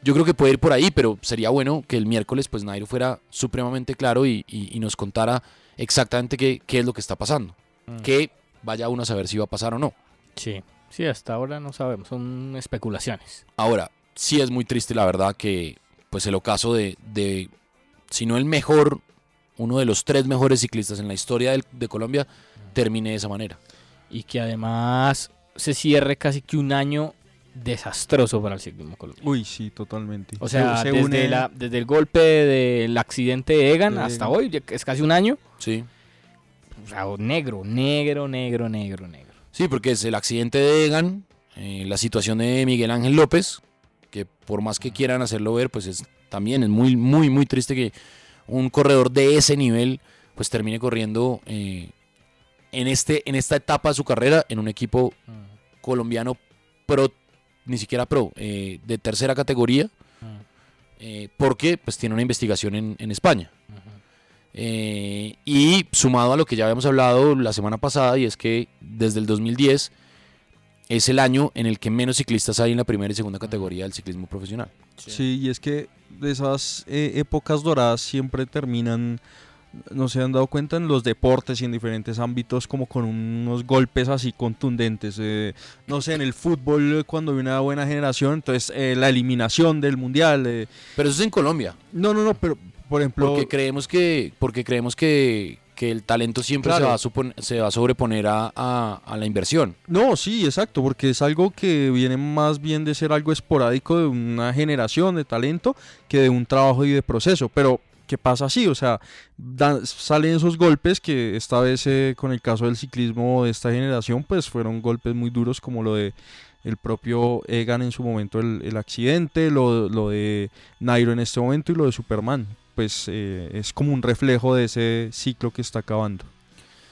[SPEAKER 1] yo creo que puede ir por ahí, pero sería bueno que el miércoles pues Nairo fuera supremamente claro y, y- y nos contara exactamente qué, qué es lo que está pasando.
[SPEAKER 2] Mm.
[SPEAKER 1] Que vaya uno a saber si va a pasar o no.
[SPEAKER 2] Sí, sí, hasta ahora no sabemos, son especulaciones.
[SPEAKER 1] Ahora, sí es muy triste la verdad que pues el ocaso de, de si no el mejor, uno de los tres mejores ciclistas en la historia del- de Colombia, termine de esa manera.
[SPEAKER 2] Y que además se cierre casi que un año desastroso para el ciclismo colombiano.
[SPEAKER 3] Uy, sí, totalmente.
[SPEAKER 2] O sea,
[SPEAKER 3] Se- se
[SPEAKER 2] desde,
[SPEAKER 3] une-
[SPEAKER 2] la- desde el golpe del accidente de Egan
[SPEAKER 3] De
[SPEAKER 2] hasta
[SPEAKER 3] Egan.
[SPEAKER 2] hoy, ya que es casi un año.
[SPEAKER 1] Sí.
[SPEAKER 2] O sea, o negro, negro, negro, negro, negro.
[SPEAKER 1] Sí, porque es el accidente de Egan, eh, la situación de Miguel Ángel López, que por más que quieran hacerlo ver, pues es, también es muy, muy, muy triste que un corredor de ese nivel pues termine corriendo eh, en, este, en esta etapa de su carrera en un equipo colombiano pro, ni siquiera pro, eh, de tercera categoría, eh, porque pues tiene una investigación en, en España. Eh, y sumado a lo que ya habíamos hablado la semana pasada, y es que desde el 2010 es el año en el que menos ciclistas hay en la primera y segunda categoría del ciclismo profesional.
[SPEAKER 3] Sí, y es que de esas eh, épocas doradas siempre terminan, no se han dado cuenta en los deportes y en diferentes ámbitos como con unos golpes así contundentes. eh, no sé, en el fútbol eh, cuando hay una buena generación, entonces eh, la eliminación del mundial. eh.
[SPEAKER 1] Pero eso es en Colombia.
[SPEAKER 3] No, no, no, pero por ejemplo...
[SPEAKER 1] Porque creemos que, porque creemos que, que el talento siempre se,
[SPEAKER 3] Claro.
[SPEAKER 1] va a supon- se va a sobreponer a, a- a la inversión.
[SPEAKER 3] No, sí, exacto, porque es algo que viene más bien de ser algo esporádico de una generación de talento que de un trabajo y de proceso. Pero, ¿qué pasa así? O sea, dan- salen esos golpes que esta vez eh, con el caso del ciclismo de esta generación, pues fueron golpes muy duros como lo de el propio Egan en su momento, el, el accidente, lo, lo de Nairo en este momento y lo de Superman. Pues eh, es como un reflejo de ese ciclo que está acabando.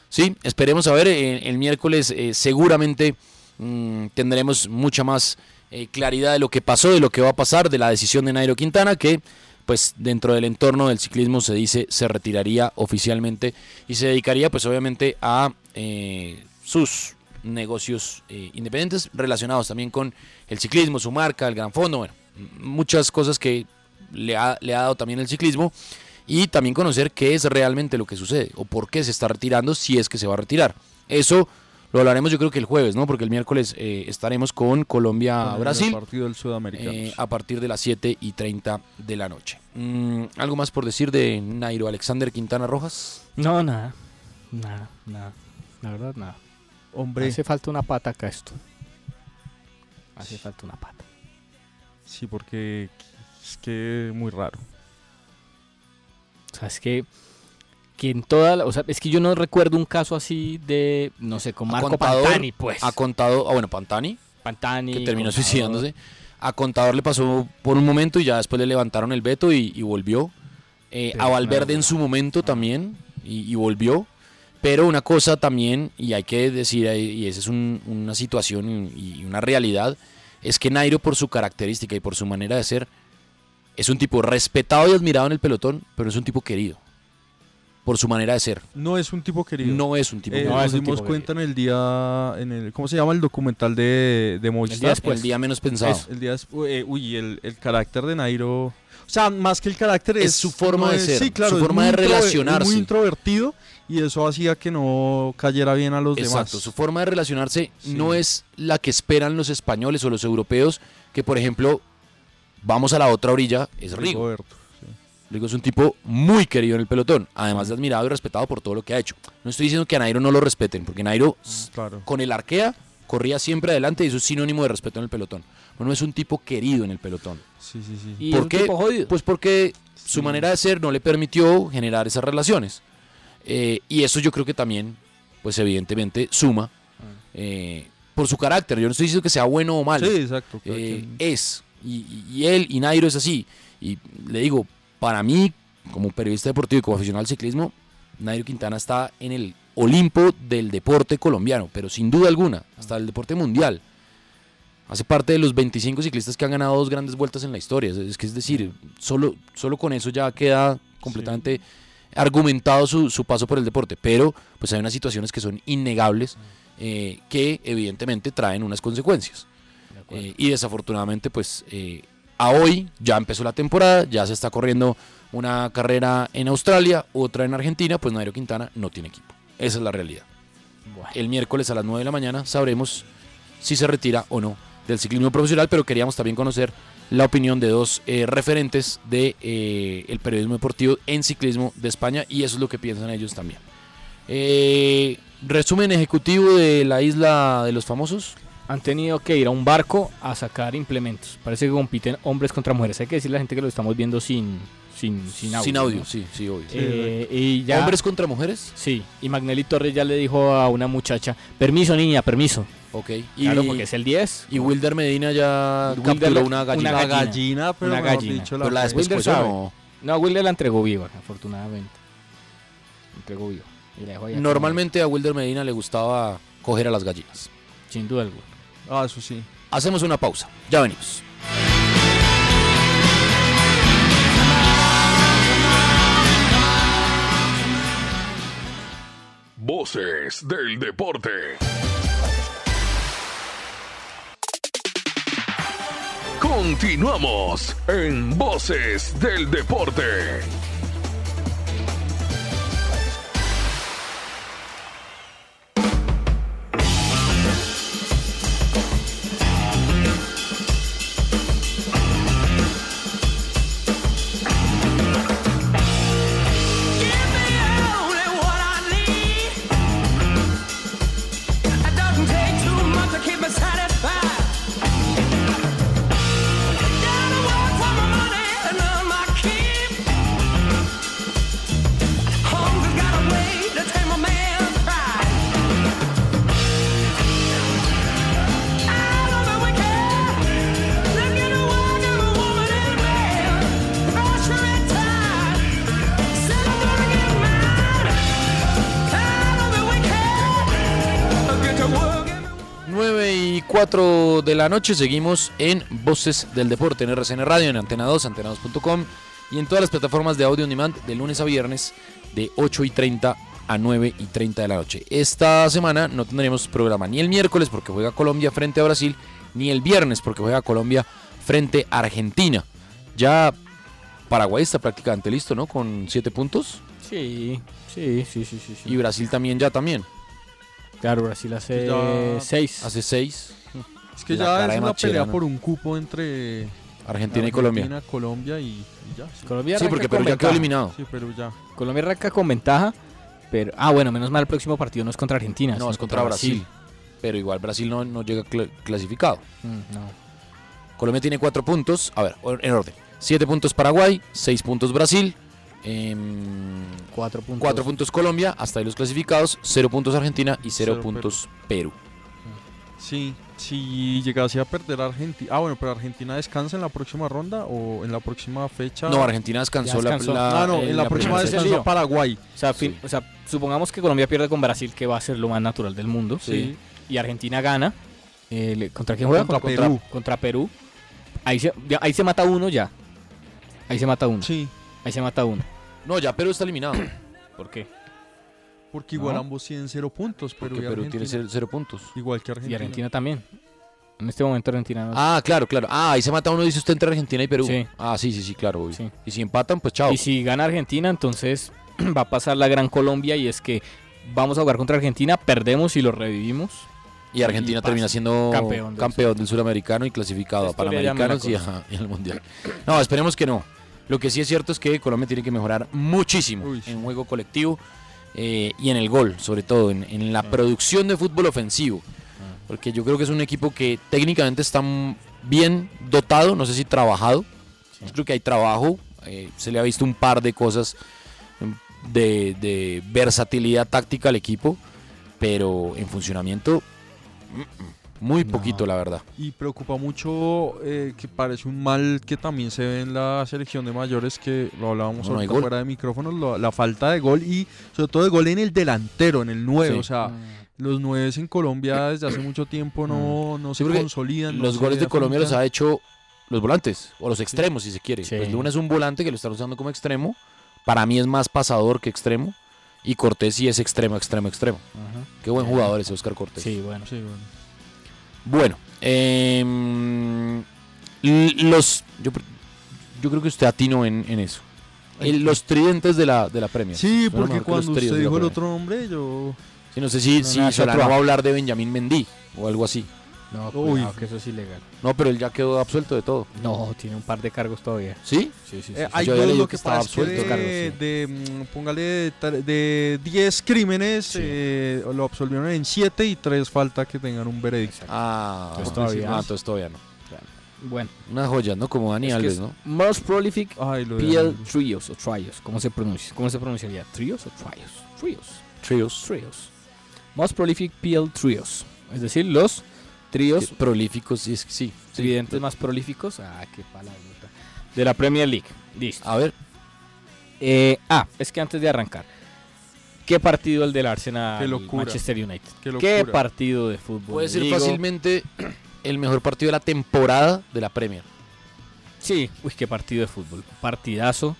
[SPEAKER 1] Sí, esperemos a ver. eh, El, miércoles eh, seguramente mm, tendremos mucha más eh, claridad de lo que pasó, de lo que va a pasar, de la decisión de Nairo Quintana, que pues dentro del entorno del ciclismo se dice se retiraría oficialmente y se dedicaría pues obviamente a eh, sus negocios eh, independientes relacionados también con el ciclismo, su marca, el gran fondo, bueno, muchas cosas que le ha, le ha dado también el ciclismo y también conocer qué es realmente lo que sucede o por qué se está retirando si es que se va a retirar. Eso lo hablaremos yo creo que el jueves, ¿no? Porque el miércoles eh, estaremos con Colombia-Brasil
[SPEAKER 3] partido del Sudamericano.
[SPEAKER 1] eh, a partir de las 7 y 30 de la noche. Mm, ¿Algo más por decir de Nairo Alexander Quintana Rojas?
[SPEAKER 2] No, nada. Nada, nada. La verdad, nada.
[SPEAKER 3] Hombre.
[SPEAKER 2] Hace falta una pata acá esto. Hace falta una pata.
[SPEAKER 3] Sí, porque es que muy raro.
[SPEAKER 2] O sea, es que, que en toda la- o sea, es que yo no recuerdo un caso así de, no sé, con Marco
[SPEAKER 1] Contador
[SPEAKER 2] Pantani, pues.
[SPEAKER 1] Ha contado, ah, bueno, Pantani.
[SPEAKER 2] Pantani.
[SPEAKER 1] Que terminó
[SPEAKER 2] Contador.
[SPEAKER 1] suicidándose. A Contador le pasó por un momento y ya después le levantaron el veto y, y volvió. Eh, a
[SPEAKER 2] Pero,
[SPEAKER 1] Valverde
[SPEAKER 2] claro.
[SPEAKER 1] en su momento también y, y volvió. Pero una cosa también, y hay que decir, eh, y esa es un- una situación y y una realidad, es que Nairo por su característica y por su manera de ser, es un tipo respetado y admirado en el pelotón, pero es un tipo querido. Por su manera de ser.
[SPEAKER 3] No es un tipo querido.
[SPEAKER 1] No es un tipo
[SPEAKER 3] Eh,
[SPEAKER 1] querido.
[SPEAKER 3] nos dimos cuenta en el día, en el, ¿cómo se llama el documental de, de Movistar?
[SPEAKER 1] después. El día menos pensado.
[SPEAKER 3] Es- el día des- eh, uy, el, el carácter de Nairo, o sea, más que el carácter
[SPEAKER 1] Es su forma
[SPEAKER 3] no
[SPEAKER 1] de
[SPEAKER 3] es-
[SPEAKER 1] ser,
[SPEAKER 3] sí, claro,
[SPEAKER 1] su
[SPEAKER 3] es
[SPEAKER 1] forma
[SPEAKER 3] muy
[SPEAKER 1] de
[SPEAKER 3] introver- es
[SPEAKER 1] relacionarse.
[SPEAKER 3] Muy introvertido y eso hacía que no cayera bien a los
[SPEAKER 1] Exacto,
[SPEAKER 3] demás.
[SPEAKER 1] su forma de relacionarse no es la que esperan los españoles o los europeos, que por ejemplo, vamos a la otra orilla, es Rigo.
[SPEAKER 3] Rigoberto,
[SPEAKER 1] Rigo es un tipo muy querido en el pelotón, además de admirado y respetado por todo lo que ha hecho. No estoy diciendo que a Nairo no lo respeten, porque Nairo s- con el arquea corría siempre adelante y eso es sinónimo de respeto en el pelotón. Pero no es un tipo querido en el pelotón.
[SPEAKER 3] Sí, sí, sí.
[SPEAKER 1] ¿Por qué? Pues porque su manera de ser no le permitió generar esas relaciones. Eh, y eso yo creo que también, pues evidentemente, suma eh, por su carácter. Yo no estoy diciendo que sea bueno o malo.
[SPEAKER 3] Sí, exacto, cada
[SPEAKER 1] Eh,
[SPEAKER 3] quien.
[SPEAKER 1] es. Y, y- y él y Nairo es así. Y le digo, para mí, como periodista deportivo y como aficionado al ciclismo, Nairo Quintana está en el Olimpo del deporte colombiano, pero sin duda alguna, hasta el deporte mundial. Hace parte de los 25 ciclistas que han ganado dos grandes vueltas en la historia. Es- Es que es decir, solo, solo con eso ya queda completamente argumentado su, su paso por el deporte. Pero pues hay unas situaciones que son innegables eh, que evidentemente traen unas consecuencias. Eh, y desafortunadamente pues eh, a hoy ya empezó la temporada, ya se está corriendo una carrera en Australia, otra en Argentina, pues Nairo Quintana no tiene equipo. Esa es la realidad. El miércoles a las 9 de la mañana sabremos si se retira o no del ciclismo profesional, pero queríamos también conocer la opinión de dos eh, referentes de, eh, el periodismo deportivo en ciclismo de España y eso es lo que piensan ellos también. Eh, resumen ejecutivo de la isla de los famosos.
[SPEAKER 2] Han tenido que ir a un barco a sacar implementos. Parece que compiten hombres contra mujeres. Hay que decirle a la gente que lo estamos viendo sin, sin, sin audio.
[SPEAKER 1] Sin audio,
[SPEAKER 2] ¿no?
[SPEAKER 1] sí, sí, obvio.
[SPEAKER 2] Eh,
[SPEAKER 1] Sí,
[SPEAKER 2] y ya-
[SPEAKER 1] ¿Hombres contra mujeres?
[SPEAKER 2] Sí, y Magnelli Torres ya le dijo a una muchacha, permiso niña, permiso.
[SPEAKER 1] Ok. Y,
[SPEAKER 2] Claro, porque es el 10.
[SPEAKER 1] Y Wilder Medina ya
[SPEAKER 2] Wilder
[SPEAKER 1] capturó
[SPEAKER 2] lo-
[SPEAKER 1] una gallina.
[SPEAKER 2] Una gallina,
[SPEAKER 3] pero
[SPEAKER 2] una
[SPEAKER 3] mejor
[SPEAKER 2] gallina.
[SPEAKER 3] dicho, la-
[SPEAKER 1] Pero la
[SPEAKER 2] Wilder
[SPEAKER 1] despescuezó,
[SPEAKER 2] sabe.
[SPEAKER 1] no.
[SPEAKER 2] No, Wilder la entregó viva, afortunadamente. Entregó viva. Y la dejó ahí
[SPEAKER 1] Normalmente a Wilder Medina le gustaba coger a las gallinas.
[SPEAKER 2] Sin duda alguna.
[SPEAKER 3] Ah, eso sí.
[SPEAKER 1] Hacemos una pausa. Ya venimos.
[SPEAKER 13] Voces del deporte. Continuamos en Voces del deporte.
[SPEAKER 1] Nueve y 4 de la noche seguimos en Voces del Deporte, en RCN Radio, en Antena 2, antena2.com y en todas las plataformas de audio on demand de lunes a viernes de 8 y 30 a 9 y 30 de la noche. Esta semana no tendremos programa ni el miércoles porque juega Colombia frente a Brasil, ni el viernes porque juega Colombia frente a Argentina. Ya Paraguay está prácticamente listo, ¿no? Con siete puntos.
[SPEAKER 2] Sí, sí, sí, sí, sí.
[SPEAKER 1] Y Brasil también ya también.
[SPEAKER 2] Claro, Brasil hace
[SPEAKER 3] Ya-
[SPEAKER 2] seis.
[SPEAKER 1] Hace seis.
[SPEAKER 3] Es que
[SPEAKER 1] La
[SPEAKER 3] ya
[SPEAKER 1] cara
[SPEAKER 3] es
[SPEAKER 1] de
[SPEAKER 3] una pelea
[SPEAKER 1] Mascherano.
[SPEAKER 3] por un cupo entre
[SPEAKER 1] Argentina y Colombia.
[SPEAKER 3] Argentina, Colombia y, y ya. sí.
[SPEAKER 2] Colombia
[SPEAKER 1] Sí,
[SPEAKER 2] arranca
[SPEAKER 1] porque
[SPEAKER 2] con
[SPEAKER 1] Perú ya quedó
[SPEAKER 2] ventaja.
[SPEAKER 1] eliminado.
[SPEAKER 3] Sí, pero ya.
[SPEAKER 2] Colombia arranca con ventaja, pero... Ah, bueno, menos mal el próximo partido no es contra Argentina.
[SPEAKER 1] No,
[SPEAKER 2] sino
[SPEAKER 1] es contra Brasil. Pero igual Brasil no, no llega cl- clasificado.
[SPEAKER 2] Mm, no.
[SPEAKER 1] Colombia tiene cuatro puntos. A ver, or- en orden. Siete puntos Paraguay, seis puntos Brasil. em,
[SPEAKER 2] cuatro, puntos.
[SPEAKER 1] Colombia, hasta ahí los clasificados, cero puntos Argentina y cero,
[SPEAKER 3] Cero
[SPEAKER 1] puntos Perú.
[SPEAKER 3] Sí, si llegase a perder Argentina. Ah, bueno, pero Argentina descansa en la próxima ronda o en la próxima fecha.
[SPEAKER 1] No, Argentina descansó Ya la- descansó. la-
[SPEAKER 3] Ah, no,
[SPEAKER 1] eh,
[SPEAKER 3] en la,
[SPEAKER 1] la
[SPEAKER 3] próxima
[SPEAKER 1] primera
[SPEAKER 3] descansó
[SPEAKER 1] fecha.
[SPEAKER 3] Paraguay.
[SPEAKER 2] O sea, fi- o sea, supongamos que Colombia pierde con Brasil, que va a ser lo más natural del mundo.
[SPEAKER 3] Sí.
[SPEAKER 2] Y Argentina gana. Eh, le- ¿Contra quién juega?
[SPEAKER 3] Contra Perú.
[SPEAKER 2] contra Perú. Ahí se, ya- ahí se mata uno ya. Ahí se mata uno.
[SPEAKER 3] Sí.
[SPEAKER 2] Ahí se mata uno.
[SPEAKER 1] No, ya Perú está eliminado.
[SPEAKER 2] ¿Por qué?
[SPEAKER 3] Porque igual
[SPEAKER 2] No.
[SPEAKER 3] ambos tienen cero puntos. Perú,
[SPEAKER 1] Porque
[SPEAKER 3] y
[SPEAKER 1] Perú tiene
[SPEAKER 3] Argentina.
[SPEAKER 1] cero, cero puntos.
[SPEAKER 3] Igual que Argentina.
[SPEAKER 2] Y Argentina también. En este momento Argentina no.
[SPEAKER 1] Ah, claro, claro. Ah, ahí se mata uno, dice usted, entre Argentina y Perú.
[SPEAKER 2] Sí.
[SPEAKER 1] Ah, sí, sí, sí, claro. obvio. Y si empatan, pues chao.
[SPEAKER 2] Y si gana Argentina, entonces (clears throat) va a pasar la gran Colombia y es que vamos a jugar contra Argentina, perdemos y lo revivimos.
[SPEAKER 1] Y Argentina
[SPEAKER 2] pasa.
[SPEAKER 1] termina siendo
[SPEAKER 2] campeón.
[SPEAKER 1] campeón,
[SPEAKER 2] del-
[SPEAKER 1] del Suramericano y clasificado a
[SPEAKER 2] historia ya me la
[SPEAKER 1] Panamericanos y,
[SPEAKER 2] conozco.
[SPEAKER 1] ajá, y al Mundial. No, esperemos que no. Lo que sí es cierto es que Colombia tiene que mejorar muchísimo en juego colectivo eh, y en el gol, sobre todo, en, en
[SPEAKER 2] Ah.
[SPEAKER 1] la producción de fútbol ofensivo. Porque yo creo que es un equipo que técnicamente está m- bien dotado, no sé si trabajado. Yo creo que hay trabajo, eh, se le ha visto un par de cosas mm, de, de versatilidad táctica al equipo, pero en funcionamiento muy poquito, la verdad.
[SPEAKER 3] Y preocupa mucho eh, que parece un mal que también se ve en la selección de mayores, que lo hablábamos
[SPEAKER 1] No, no hay
[SPEAKER 3] ahorita
[SPEAKER 1] gol.
[SPEAKER 3] fuera de micrófonos, lo- la falta de gol y sobre todo de gol en el delantero, en el 9.
[SPEAKER 1] Sí.
[SPEAKER 3] O sea,
[SPEAKER 2] Mm.
[SPEAKER 3] los 9 en Colombia desde hace mucho tiempo no, no se
[SPEAKER 1] Sí, porque
[SPEAKER 3] consolidan. no
[SPEAKER 1] Los
[SPEAKER 3] se
[SPEAKER 1] goles de Colombia los
[SPEAKER 3] afianzan.
[SPEAKER 1] ha hecho los volantes o los extremos, si se quiere. Pues Luna es un volante que lo están usando como extremo. Para mí es más pasador que extremo. Y Cortés sí es extremo, extremo, extremo.
[SPEAKER 2] Ajá.
[SPEAKER 1] Qué buen jugador ese Oscar Cortés.
[SPEAKER 2] Sí, bueno.
[SPEAKER 1] Bueno, em, l- los. Yo, pr- yo creo que usted atinó en, en eso. El- los tridentes de la, de la Premier.
[SPEAKER 3] Sí,
[SPEAKER 1] Suena
[SPEAKER 3] porque
[SPEAKER 1] mejor que los
[SPEAKER 3] cuando
[SPEAKER 1] tríos
[SPEAKER 3] usted
[SPEAKER 1] de la
[SPEAKER 3] dijo el
[SPEAKER 1] Premier.
[SPEAKER 3] otro nombre, yo.
[SPEAKER 1] Sí, no sé si,
[SPEAKER 3] No,
[SPEAKER 1] si
[SPEAKER 3] nada,
[SPEAKER 1] Solano
[SPEAKER 3] Solano.
[SPEAKER 1] va a hablar de Benjamín Mendy o algo así.
[SPEAKER 2] No,
[SPEAKER 3] Uy.
[SPEAKER 2] cuidado, que eso es ilegal.
[SPEAKER 1] No, pero él ya quedó absuelto de todo.
[SPEAKER 2] No, tiene un par de cargos todavía.
[SPEAKER 1] ¿Sí?
[SPEAKER 2] Sí, sí, sí.
[SPEAKER 3] Eh,
[SPEAKER 2] sí.
[SPEAKER 3] hay
[SPEAKER 1] yo había
[SPEAKER 3] dos
[SPEAKER 1] leído
[SPEAKER 3] lo
[SPEAKER 1] que
[SPEAKER 3] que
[SPEAKER 1] estaba
[SPEAKER 3] pasa es que
[SPEAKER 1] absuelto, Carlos,
[SPEAKER 3] de, de, mm, póngale tar- de 10 crímenes eh, lo absolvieron en 7 y 3 falta que tengan un veredicto.
[SPEAKER 1] Ah,
[SPEAKER 3] Entonces
[SPEAKER 2] todavía
[SPEAKER 3] no.
[SPEAKER 1] ah, entonces todavía no.
[SPEAKER 2] Bueno.
[SPEAKER 1] Una joya, ¿no? Como Dani
[SPEAKER 2] Es que
[SPEAKER 1] Alves,
[SPEAKER 2] es
[SPEAKER 1] ¿no?
[SPEAKER 2] Most prolific
[SPEAKER 3] lo de
[SPEAKER 2] PL
[SPEAKER 3] Alves.
[SPEAKER 2] Trios o Trios. ¿Cómo se pronuncia? ¿Cómo se pronunciaría? ¿Trios o Trios? Trios.
[SPEAKER 1] Trios.
[SPEAKER 2] Trios. Most prolific PL Trios. Es decir, los tríos
[SPEAKER 1] Que prolíficos, sí, es que sí. sí.
[SPEAKER 2] tridentes más prolíficos. Ah, qué palabrota. De la Premier League. Listo.
[SPEAKER 1] A ver.
[SPEAKER 2] ah, es que antes de arrancar. ¿Qué partido el del Arsenal
[SPEAKER 3] Qué locura.
[SPEAKER 2] Manchester United?
[SPEAKER 3] Qué locura.
[SPEAKER 2] partido de fútbol?
[SPEAKER 1] Puede ser
[SPEAKER 2] digo?
[SPEAKER 1] fácilmente el mejor partido de la temporada de la Premier.
[SPEAKER 2] Sí, uy, qué partido de fútbol. Partidazo.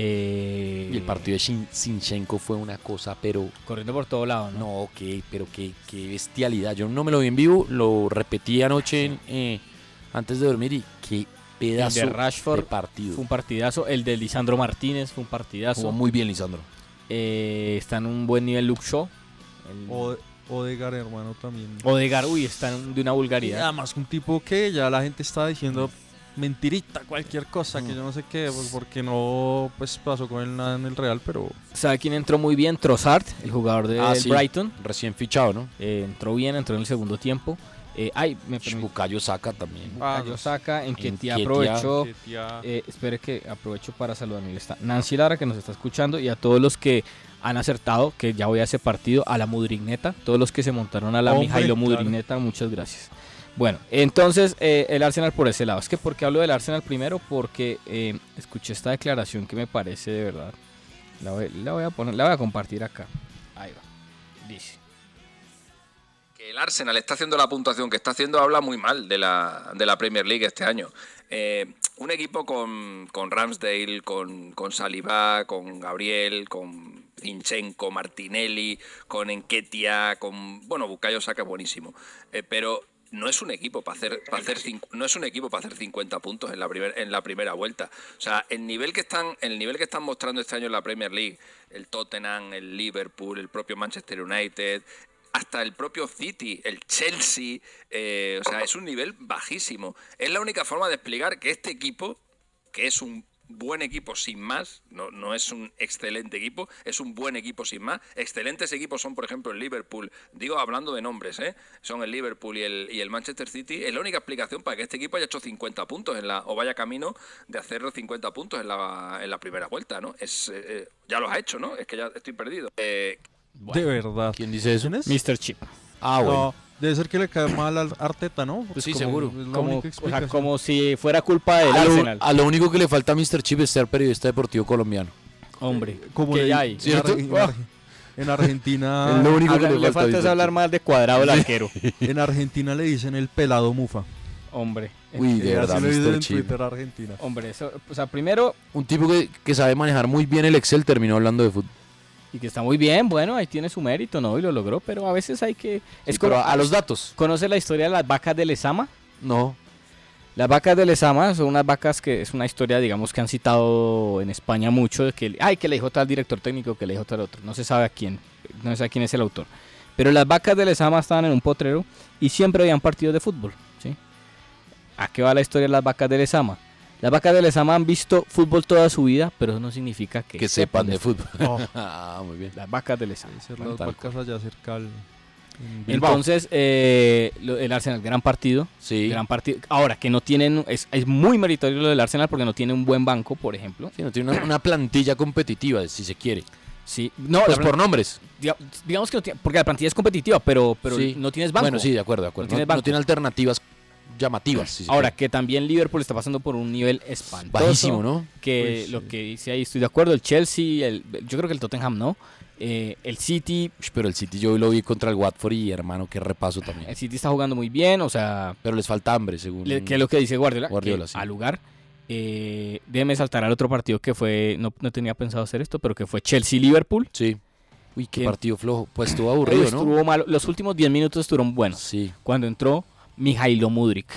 [SPEAKER 2] eh,
[SPEAKER 1] Y el partido de Shin- Sinchenko fue una cosa, pero.
[SPEAKER 2] Corriendo por todo lado, ¿no?
[SPEAKER 1] No, qué, pero qué, qué bestialidad. Yo no me lo vi en vivo, lo repetí anoche en, eh, antes de dormir y qué
[SPEAKER 2] El
[SPEAKER 1] pedazo
[SPEAKER 2] de Rashford
[SPEAKER 1] de partido.
[SPEAKER 2] fue un partidazo. El de Lisandro Martínez fue un partidazo.
[SPEAKER 1] Jugó muy bien, Lisandro.
[SPEAKER 2] Eh, está en un buen nivel Luke Shaw. El
[SPEAKER 3] O- Odegar, hermano, también. Ah.
[SPEAKER 2] Odegaard, uy, está en un- de una
[SPEAKER 3] Y
[SPEAKER 2] vulgaridad.
[SPEAKER 3] además, un tipo que ya la gente está diciendo mentirita, cualquier cosa, que yo no sé qué, pues, porque no pues pasó con él nada en el Real, pero.
[SPEAKER 2] ¿Sabe quién entró muy bien? Trossard, el jugador del
[SPEAKER 1] Ah, sí,
[SPEAKER 2] Brighton.
[SPEAKER 1] Recién fichado, ¿no?
[SPEAKER 2] Eh, entró bien, entró en el segundo tiempo. Eh, ay, me permitió.
[SPEAKER 1] Bucayo saca también.
[SPEAKER 2] Bukayo Saka, en que te
[SPEAKER 1] Nketiah.
[SPEAKER 2] aprovechó.
[SPEAKER 3] Nketiah.
[SPEAKER 2] Eh, espere que aprovecho para saludar. Mire, está Nancy Lara que nos está escuchando y a todos los que han acertado, que ya voy a ese partido, a la Mudrigneta, todos los que se montaron a la
[SPEAKER 3] Hombre,
[SPEAKER 2] Mijailo
[SPEAKER 3] claro.
[SPEAKER 2] Mudrigneta, muchas gracias. Bueno, entonces eh, el Arsenal por ese lado. Es que porque hablo del Arsenal primero, porque eh, escuché esta declaración que me parece de verdad. La voy, la voy a poner, la voy a compartir acá. Ahí va. Dice.
[SPEAKER 14] Que el Arsenal está haciendo la puntuación que está haciendo habla muy mal de la, de la Premier League este año. Eh, un equipo con, con Ramsdale, con, con Saliba, con Gabriel, con Zinchenko, Martinelli, con Enquetia, con... Bueno, Bucayo saca buenísimo. Eh, pero no es un equipo para hacer, para hacer cinc- no es un equipo para hacer 50 puntos en la primer- en la primera vuelta. O sea, el nivel que están el nivel que están mostrando este año en la Premier League, el Tottenham, el Liverpool, el propio Manchester United, hasta el propio City, el Chelsea, eh, o sea, es un nivel bajísimo. Es la única forma de explicar que este equipo, que es un buen equipo sin más, no, no es un excelente equipo, es un buen equipo sin más. Excelentes equipos son, por ejemplo, el Liverpool, digo hablando de nombres, ¿eh? son el Liverpool y el, y el Manchester City. Es la única explicación para que este equipo haya hecho 50 puntos en la, o vaya camino de hacer los 50 puntos en la, en la primera vuelta. ¿no? Es, eh, eh, ya los ha hecho, ¿no? Es que ya estoy perdido. Eh,
[SPEAKER 3] de verdad.
[SPEAKER 1] ¿Quién dice eso?
[SPEAKER 2] Mr. Chip.
[SPEAKER 1] Ah, bueno.
[SPEAKER 3] debe ser que le cae mal al Arteta, ¿no? Porque
[SPEAKER 1] sí,
[SPEAKER 3] como-
[SPEAKER 1] seguro.
[SPEAKER 3] es la
[SPEAKER 2] Como,
[SPEAKER 3] única
[SPEAKER 2] o sea,
[SPEAKER 3] explicación.
[SPEAKER 2] como si fuera culpa del
[SPEAKER 1] a,
[SPEAKER 2] Arsenal.
[SPEAKER 1] lo, a lo único que le falta a Mr. Chip es ser periodista deportivo colombiano.
[SPEAKER 2] Hombre,
[SPEAKER 1] Eh,
[SPEAKER 3] Como
[SPEAKER 2] que
[SPEAKER 3] en-
[SPEAKER 2] ya hay.
[SPEAKER 3] en
[SPEAKER 2] ¿Cierto?
[SPEAKER 3] Arge- en Arge- En Argentina. (laughs)
[SPEAKER 1] Es lo único que
[SPEAKER 2] Habla-
[SPEAKER 1] le
[SPEAKER 2] le
[SPEAKER 1] falta
[SPEAKER 2] falta es
[SPEAKER 1] Vicente.
[SPEAKER 2] hablar mal de cuadrado el
[SPEAKER 3] Sí.
[SPEAKER 1] (laughs)
[SPEAKER 2] arquero.
[SPEAKER 3] En Argentina le dicen el pelado mufa.
[SPEAKER 2] Hombre.
[SPEAKER 1] Uy, de
[SPEAKER 3] Eh,
[SPEAKER 1] verdad,
[SPEAKER 3] así lo dicen
[SPEAKER 1] Mr.
[SPEAKER 3] en
[SPEAKER 1] Chip.
[SPEAKER 3] Twitter Argentina.
[SPEAKER 2] Hombre, eso, o sea, primero,
[SPEAKER 1] Un tipo que, que sabe manejar muy bien el Excel terminó hablando de fútbol.
[SPEAKER 2] y que está muy bien, bueno, ahí tiene su mérito, ¿no? Y lo logró, pero a veces hay que...
[SPEAKER 1] Sí, pero
[SPEAKER 2] cono-
[SPEAKER 1] a los datos.
[SPEAKER 2] ¿Conoce la historia de las vacas de Lezama?
[SPEAKER 1] No.
[SPEAKER 2] Las vacas de Lezama son unas vacas que es una historia, digamos, que han citado en España mucho, de que, ay, que le dijo tal director técnico, que le dijo tal otro, no se sabe a quién, no se sabe quién es el autor. Pero las vacas de Lezama estaban en un potrero y siempre habían partidos de fútbol, ¿sí? ¿A qué va la historia de las vacas de Lezama? Las vacas de Lezama han visto fútbol toda su vida, pero eso no significa que,
[SPEAKER 1] Que sepan de fútbol. (laughs)
[SPEAKER 3] No.
[SPEAKER 1] ah, muy bien.
[SPEAKER 2] Las vacas de Lezama.
[SPEAKER 3] Ser las
[SPEAKER 2] Tal
[SPEAKER 3] vacas allá cerca al- en Bilbao.
[SPEAKER 2] entonces, eh, lo- el Arsenal, gran partido. Gran partido. Ahora, que no tienen. Es, es muy meritorio lo del Arsenal porque no tiene un buen banco, por ejemplo.
[SPEAKER 1] Sí, no tiene una, una plantilla competitiva, si se quiere.
[SPEAKER 2] Sí. No,
[SPEAKER 1] pues
[SPEAKER 2] la
[SPEAKER 1] por
[SPEAKER 2] plan-
[SPEAKER 1] nombres.
[SPEAKER 2] Diga- digamos que no tiene. Porque la plantilla es competitiva, pero, pero
[SPEAKER 1] Sí.
[SPEAKER 2] no tienes banco.
[SPEAKER 1] Bueno, sí, de acuerdo, de acuerdo.
[SPEAKER 2] No
[SPEAKER 1] No,
[SPEAKER 2] tienes
[SPEAKER 1] no
[SPEAKER 2] banco.
[SPEAKER 1] tiene alternativas llamativas. si se
[SPEAKER 2] Ahora,
[SPEAKER 1] quiere.
[SPEAKER 2] que también Liverpool está pasando por un nivel espantoso.
[SPEAKER 1] Bajísimo, ¿no?
[SPEAKER 2] Que
[SPEAKER 1] Pues,
[SPEAKER 2] lo que dice ahí, estoy de acuerdo. El Chelsea, el, yo creo que el Tottenham no. Eh, el City,
[SPEAKER 1] Ush, pero el City yo lo vi contra el Watford y hermano, qué repaso también.
[SPEAKER 2] el City está jugando muy bien, o sea.
[SPEAKER 1] Pero les falta hambre, según.
[SPEAKER 2] Le- que es lo que dice Guardiola, que
[SPEAKER 1] Guardiola, sí.
[SPEAKER 2] al lugar. Eh, déjeme saltar al otro partido que fue, no, no tenía pensado hacer esto, pero que fue Chelsea-Liverpool.
[SPEAKER 1] Sí. Uy, qué
[SPEAKER 2] Que-
[SPEAKER 1] partido flojo. Pues estuvo aburrido, ¿no?
[SPEAKER 2] Estuvo malo. Los últimos 10 minutos estuvieron buenos.
[SPEAKER 1] Sí.
[SPEAKER 2] Cuando entró Mijailo Mudrik,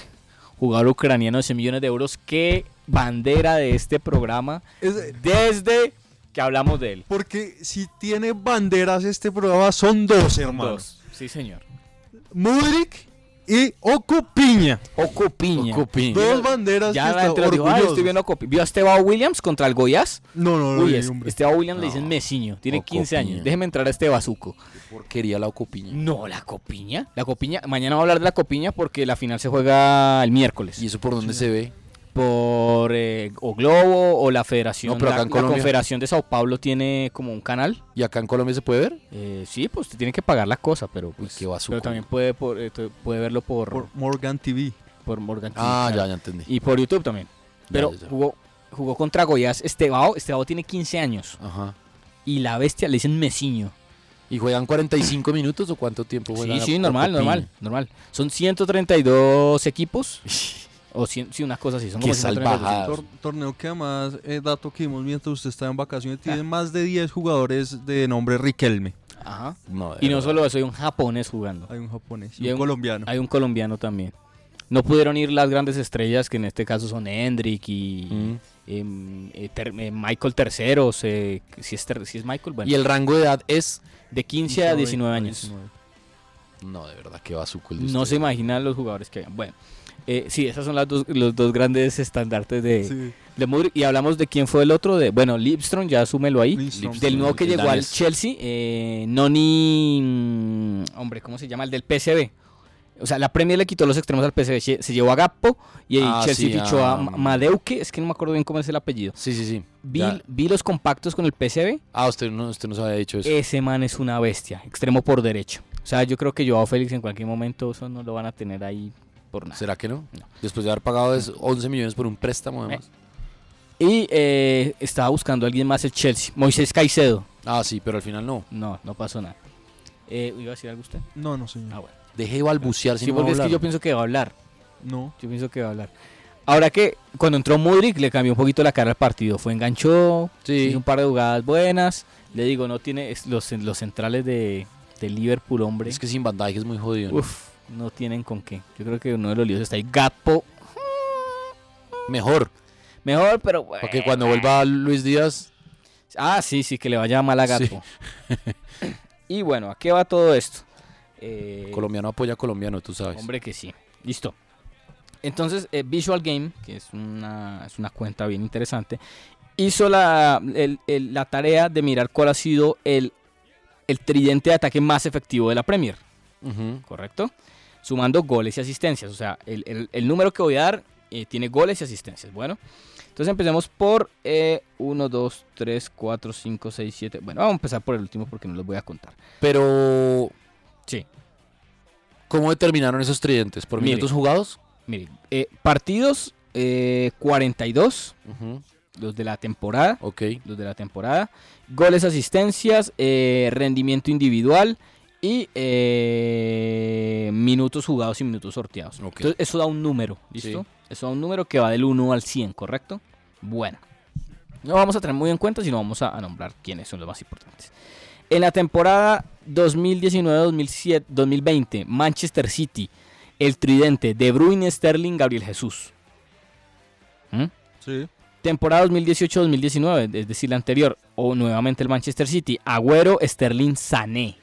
[SPEAKER 2] jugador ucraniano de 100 millones de euros, qué bandera de este programa
[SPEAKER 3] Es- eh,
[SPEAKER 2] desde que hablamos de él.
[SPEAKER 3] porque si tiene banderas este programa son dos, hermanos.
[SPEAKER 2] Dos. Sí, señor.
[SPEAKER 3] Mudrik y Ocupiña.
[SPEAKER 2] Ocupiña.
[SPEAKER 1] Ocupiña.
[SPEAKER 3] Dos banderas
[SPEAKER 2] Ya
[SPEAKER 3] que está
[SPEAKER 2] la entró, dijo, "Ay,
[SPEAKER 3] orgulloso.
[SPEAKER 2] estoy viendo Ocupi-". ¿Vio a Esteban Williams contra el Goiás?
[SPEAKER 3] No, no, no.
[SPEAKER 2] Uy,
[SPEAKER 3] vi,
[SPEAKER 2] es-
[SPEAKER 3] hombre.
[SPEAKER 2] Esteban Williams le dicen Mesiño, tiene 15 años.
[SPEAKER 1] Ocopiña.
[SPEAKER 2] Déjeme entrar a este bazuco.
[SPEAKER 1] Porquería la Ocupiña.
[SPEAKER 2] No, la copiña. La copiña. Mañana voy a hablar de la copiña porque la final se juega el miércoles.
[SPEAKER 1] ¿Y eso por dónde se ve?
[SPEAKER 2] Por eh, o Globo o la Federación.
[SPEAKER 1] No, pero acá
[SPEAKER 2] la,
[SPEAKER 1] en
[SPEAKER 2] la
[SPEAKER 1] Colombia-
[SPEAKER 2] Confederación de Sao Paulo tiene como un canal.
[SPEAKER 1] ¿Y acá en Colombia se puede ver?
[SPEAKER 2] Eh, sí, pues usted tiene que pagar la cosa, pero pues.
[SPEAKER 1] qué bazuco.
[SPEAKER 2] pero también puede por, eh, tu- puede verlo por, por,
[SPEAKER 3] Por Morgan TV.
[SPEAKER 2] Morgan. TV,
[SPEAKER 1] Ah, ya,
[SPEAKER 2] claro.
[SPEAKER 1] ya entendí.
[SPEAKER 2] Y por YouTube también. Pero
[SPEAKER 1] ya, ya.
[SPEAKER 2] jugó jugó contra Goiás Este Estebao. Estebao tiene 15 años
[SPEAKER 1] Ajá.
[SPEAKER 2] y la bestia le dicen Mesiño.
[SPEAKER 1] ¿Y juegan 45 minutos o cuánto tiempo juegan?
[SPEAKER 2] Sí,
[SPEAKER 1] la-
[SPEAKER 2] sí,
[SPEAKER 1] la
[SPEAKER 2] normal,
[SPEAKER 1] Ocopiña?
[SPEAKER 2] normal, normal. Son
[SPEAKER 1] (laughs)
[SPEAKER 2] 132 equipos. o cien, sí, unas cosas así. Son
[SPEAKER 1] Qué
[SPEAKER 2] como 132.
[SPEAKER 1] salvajada.
[SPEAKER 3] Tor- torneo que además, eh, dato que vimos mientras usted estaba en vacaciones,
[SPEAKER 15] Ah.
[SPEAKER 3] tiene más de 10 jugadores de nombre Riquelme.
[SPEAKER 2] Ajá.
[SPEAKER 1] No, de
[SPEAKER 2] Y no
[SPEAKER 1] verdad.
[SPEAKER 2] solo eso, hay un japonés jugando.
[SPEAKER 3] Hay un japonés
[SPEAKER 2] Y
[SPEAKER 3] y
[SPEAKER 2] hay
[SPEAKER 3] un
[SPEAKER 2] un-
[SPEAKER 3] colombiano.
[SPEAKER 2] Hay un colombiano también. No pudieron ir las grandes estrellas, que en este caso son Hendrick y
[SPEAKER 1] Mm.
[SPEAKER 2] em, eh, ter- eh, Michael Terceros. eh, si, es ter- si es Michael, bueno.
[SPEAKER 1] ¿Y el rango de edad es?
[SPEAKER 2] de 15 a 19 años.
[SPEAKER 1] No, de verdad, qué bazuco el de
[SPEAKER 2] No
[SPEAKER 1] ustedes.
[SPEAKER 2] se imaginan los jugadores que habían. Bueno, eh, sí, esos son las dos, los dos grandes estandartes de,
[SPEAKER 3] Sí.
[SPEAKER 2] de Mudryk. Y hablamos de quién fue el otro. de Bueno, Lipstrom, ya súmelo ahí.
[SPEAKER 3] Lindstrom.
[SPEAKER 2] Del nuevo que
[SPEAKER 1] el
[SPEAKER 2] llegó al
[SPEAKER 1] danés.
[SPEAKER 2] Chelsea, eh, Noni. mm, Hombre, ¿cómo se llama? El del PSV. O sea, la Premier le quitó los extremos al PSV. Se se llevó a Gappo y el
[SPEAKER 1] Ah,
[SPEAKER 2] Chelsea
[SPEAKER 1] sí,
[SPEAKER 2] fichó a
[SPEAKER 1] ah.
[SPEAKER 2] Ma- Madeuke. Es que no me acuerdo bien cómo es el apellido.
[SPEAKER 1] Sí, sí, sí.
[SPEAKER 2] Vi,
[SPEAKER 1] Ya.
[SPEAKER 2] vi los compactos con el PSV.
[SPEAKER 1] Ah, usted no, usted no se había dicho eso.
[SPEAKER 2] Ese man es una bestia. Extremo por derecho. O sea, yo creo que Joao Félix en cualquier momento eso no lo van a tener ahí por nada.
[SPEAKER 1] ¿Será que no? Después de haber pagado es 11 millones por un
[SPEAKER 2] Eh.
[SPEAKER 1] préstamo, además.
[SPEAKER 2] Y eh, estaba buscando a alguien más el Chelsea. Moisés Caicedo.
[SPEAKER 1] Ah, sí, pero al final no.
[SPEAKER 2] No, no pasó nada. Eh, ¿Iba a decir algo usted?
[SPEAKER 3] No, no, señor.
[SPEAKER 2] Ah, bueno.
[SPEAKER 1] Deje de balbucear si
[SPEAKER 2] Sí,
[SPEAKER 1] no va a
[SPEAKER 2] porque es que
[SPEAKER 1] hablar.
[SPEAKER 2] yo pienso que va a hablar.
[SPEAKER 3] No.
[SPEAKER 2] Yo pienso que va a hablar. Ahora que cuando entró Mudrik le cambió un poquito la cara al partido. Fue enganchó,
[SPEAKER 1] Sí.
[SPEAKER 2] hizo un par de jugadas buenas. Le digo, no tiene es- los, los centrales de, de Liverpool, hombre.
[SPEAKER 1] Es que sin bandaje es muy jodido. ¿no?
[SPEAKER 2] Uf, No tienen con qué. Yo creo que uno de los líos está ahí. Gatpo.
[SPEAKER 1] Mejor.
[SPEAKER 2] Mejor, pero.
[SPEAKER 1] Porque cuando vuelva Luis Díaz.
[SPEAKER 2] Ah, sí, sí, que le vaya mal a
[SPEAKER 1] (laughs)
[SPEAKER 2] Gatpo. y bueno, ¿a qué va todo esto? Eh,
[SPEAKER 1] Colombiano apoya a colombiano, tú sabes.
[SPEAKER 2] Hombre que sí. Listo. Entonces, eh, Visual Game, que es una, es una cuenta bien interesante, hizo la, el- el- la tarea de mirar cuál ha sido el, el tridente de ataque más efectivo de la Premier. ¿Correcto? Sumando goles y asistencias. O sea, el, el- el número que voy a dar eh, tiene goles y asistencias. Bueno, entonces empecemos por eh, 1, 2, 3, 4, 5, 6, 7. Bueno, vamos a empezar por el último porque no los voy a contar.
[SPEAKER 1] Pero.
[SPEAKER 2] Sí.
[SPEAKER 1] ¿Cómo determinaron esos tridentes? ¿Por
[SPEAKER 2] Mire.
[SPEAKER 1] minutos jugados?
[SPEAKER 2] Mire, eh, partidos eh, 42, los de la temporada. Los de la temporada. Goles, asistencias, eh, rendimiento individual y eh, minutos jugados y minutos sorteados. Entonces, eso da un número, ¿listo?
[SPEAKER 1] Sí.
[SPEAKER 2] Eso da un número que va del 1 al 100, ¿correcto? Bueno. No vamos a tener muy en cuenta, sino vamos a, a nombrar quiénes son los más importantes. En la temporada 2019-2020, Manchester City, el tridente de Bruyne, Sterling, Gabriel Jesús. ¿Mm?
[SPEAKER 3] Sí.
[SPEAKER 2] Temporada 2018-2019, es decir, la anterior, o nuevamente el Manchester City, Agüero, Sterling, Sané.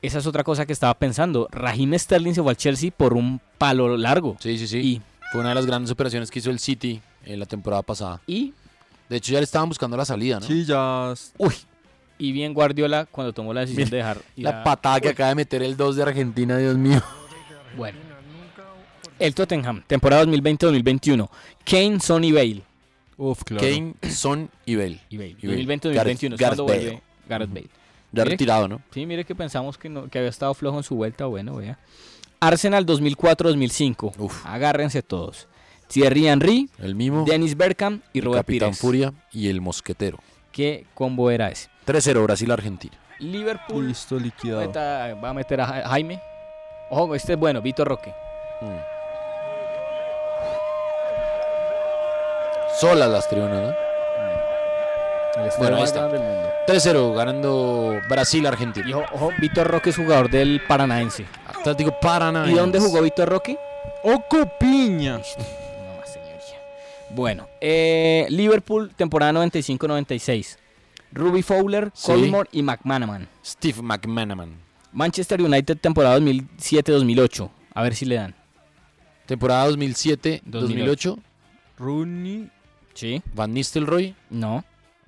[SPEAKER 2] Esa es otra cosa que estaba pensando. Raheem Sterling se fue al Chelsea por un palo largo.
[SPEAKER 1] Sí, sí, sí. Fue una de las grandes operaciones que hizo el City en la temporada pasada.
[SPEAKER 2] Y.
[SPEAKER 1] De hecho, ya le estaban buscando la salida, ¿no?
[SPEAKER 3] Sí, ya.
[SPEAKER 2] Uy. Y bien Guardiola cuando tomó la decisión de dejar. ir
[SPEAKER 1] La
[SPEAKER 2] a-
[SPEAKER 1] patada que acaba de meter el 2 de Argentina, Dios mío.
[SPEAKER 2] Bueno. El Tottenham, temporada 2020-2021. Kane, Son y Bale.
[SPEAKER 3] Uf,
[SPEAKER 1] claro. Kane, Son y Bale.
[SPEAKER 2] Y Bale.
[SPEAKER 1] Y Bale.
[SPEAKER 2] 2020-2021.
[SPEAKER 1] Gareth-
[SPEAKER 2] ¿cuándo
[SPEAKER 1] Gareth
[SPEAKER 2] vuelve
[SPEAKER 1] Bale.
[SPEAKER 2] Gareth
[SPEAKER 1] Ujú.
[SPEAKER 2] Bale.
[SPEAKER 1] Ya
[SPEAKER 2] Mire-
[SPEAKER 1] retirado, ¿no?
[SPEAKER 2] Sí, mire que pensamos que, no, que había estado flojo en su vuelta. Bueno, vea. Arsenal 2004-2005. Agárrense todos. Thierry Henry,
[SPEAKER 1] el mismo.
[SPEAKER 2] Dennis Bergkamp y
[SPEAKER 1] El
[SPEAKER 2] Robert
[SPEAKER 1] Capitán
[SPEAKER 2] Pires.
[SPEAKER 1] Furia y el Mosquetero.
[SPEAKER 2] ¿Qué combo era ese?
[SPEAKER 1] 3-0 Brasil-Argentina.
[SPEAKER 2] Liverpool.
[SPEAKER 3] Listo, liquidado.
[SPEAKER 2] Meta- va a meter a Ja- Jaime. Ojo, este es bueno, Vitor Roque.
[SPEAKER 1] Solas las tribunas, ¿no? Bueno, ahí está. 3-0 ganando Brasil-Argentina.
[SPEAKER 2] Y ojo, ojo, Vitor Roque es jugador del Paranaense.
[SPEAKER 1] Atlético Paranaense.
[SPEAKER 2] ¿Y dónde jugó Vitor Roque? (laughs)
[SPEAKER 3] Ocopiña.
[SPEAKER 2] Bueno, eh, Liverpool, temporada 95-96. Ruby Fowler,
[SPEAKER 1] Sí.
[SPEAKER 2] Colmore y McManaman.
[SPEAKER 1] Steve McManaman.
[SPEAKER 2] Manchester United, temporada 2007-2008. A ver si le dan.
[SPEAKER 1] Temporada 2007, 2008.
[SPEAKER 3] Rooney.
[SPEAKER 2] Sí.
[SPEAKER 1] Van Nistelrooy.
[SPEAKER 2] No.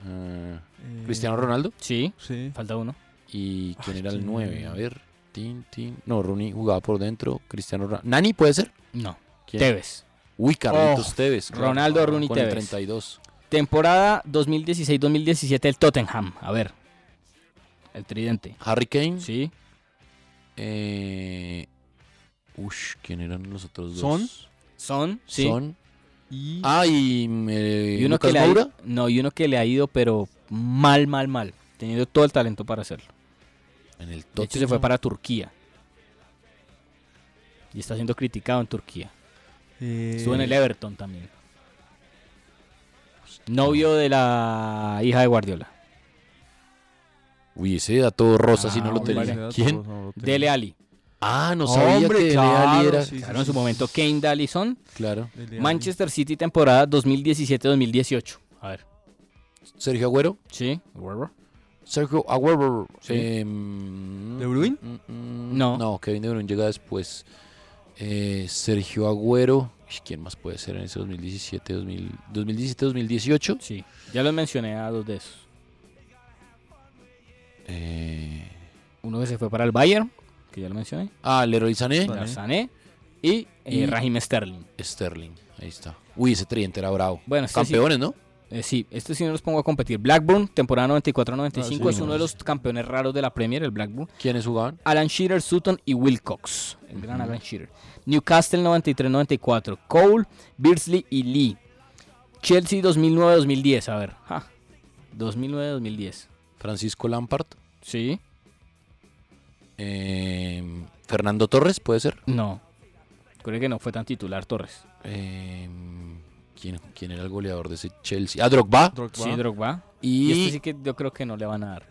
[SPEAKER 1] Eh, Cristiano Ronaldo.
[SPEAKER 2] Sí.
[SPEAKER 3] Sí.
[SPEAKER 2] Falta uno.
[SPEAKER 1] ¿Y quién era el
[SPEAKER 3] ¿quién
[SPEAKER 1] 9?
[SPEAKER 3] era?
[SPEAKER 1] A ver. Tin, tin. No, Rooney jugaba por dentro. Cristiano Ronaldo. ¿Nani puede ser?
[SPEAKER 2] No.
[SPEAKER 1] ¿Quién?
[SPEAKER 2] Tevez.
[SPEAKER 1] Uy, Carlitos
[SPEAKER 2] Oh,
[SPEAKER 1] Tevez. claro.
[SPEAKER 2] Ronaldo Rooney
[SPEAKER 1] Con el
[SPEAKER 2] Tevez.
[SPEAKER 1] 32.
[SPEAKER 2] Temporada 2016-2017, el Tottenham. A ver. El tridente.
[SPEAKER 1] Harry Kane.
[SPEAKER 2] Sí.
[SPEAKER 1] Eh, ush, ¿quién eran los otros dos?
[SPEAKER 2] Son. Son, sí.
[SPEAKER 1] Son.
[SPEAKER 3] Y...
[SPEAKER 1] Ah, y, eh,
[SPEAKER 2] Y uno
[SPEAKER 1] Lucas
[SPEAKER 2] que le ha
[SPEAKER 1] Moura.
[SPEAKER 2] ido- no, y uno que le ha ido, pero mal, mal, mal. Teniendo todo el talento para hacerlo.
[SPEAKER 1] En el
[SPEAKER 2] De hecho, se fue
[SPEAKER 1] Tottenham.
[SPEAKER 2] para Turquía. Y está siendo criticado en Turquía.
[SPEAKER 1] Eh,
[SPEAKER 2] Estuvo en el Everton también. Novio de la hija de Guardiola.
[SPEAKER 1] Uy, ese dato rosa si
[SPEAKER 2] Ah,
[SPEAKER 1] no lo
[SPEAKER 2] hombre.
[SPEAKER 1] tenía. ¿Quién?
[SPEAKER 2] Dele Ali.
[SPEAKER 1] Ah, no sabía que Dele Ali era.
[SPEAKER 2] Claro, en su momento Kane Dallison.
[SPEAKER 1] Claro.
[SPEAKER 2] Manchester City temporada 2017-2018. A ver.
[SPEAKER 1] Sergio Agüero.
[SPEAKER 2] Sí.
[SPEAKER 1] Sergio Agüero.
[SPEAKER 2] Sí.
[SPEAKER 1] ¿De
[SPEAKER 3] Bruyne?
[SPEAKER 1] Mm, No. No, Kevin De Bruyne llega después. Eh, Sergio Agüero. Uy, ¿Quién más puede ser en ese 2017, 2000, 2017, 2018?
[SPEAKER 2] Sí. Ya los mencioné a dos de esos. Uno que se fue para el Bayern, que ya lo mencioné.
[SPEAKER 1] Eh, Ah, Leroy Sané.
[SPEAKER 2] Sané. Y, eh,
[SPEAKER 1] Y-
[SPEAKER 2] Raheem Sterling.
[SPEAKER 1] Sterling. Ahí está. Uy, ese tridente era bravo.
[SPEAKER 2] Bueno, este sí.
[SPEAKER 1] Campeones, ¿no?
[SPEAKER 2] Eh, sí, este sí no los pongo a competir. Blackburn, temporada 94-95,
[SPEAKER 1] Ah, sí,
[SPEAKER 2] es
[SPEAKER 1] no,
[SPEAKER 2] uno de los campeones raros de la Premier, el Blackburn.
[SPEAKER 1] ¿Quiénes jugaban?
[SPEAKER 2] Alan Shearer, Sutton y Wilcox. El gran Alan Shearer. Newcastle 93-94. Cole, Beardsley y Lee. Chelsea 2009-2010. A ver. ja. 2009-2010.
[SPEAKER 1] Francisco Lampard.
[SPEAKER 2] Sí.
[SPEAKER 1] Eh, Fernando Torres, ¿puede ser?
[SPEAKER 2] No. Creo que no fue tan titular Torres.
[SPEAKER 1] Eh, ¿quién, quién era el goleador de ese Chelsea? Ah, Drogba.
[SPEAKER 2] Sí, Drogba.
[SPEAKER 1] Y,
[SPEAKER 2] este sí que yo creo (laughs) que no le van a dar.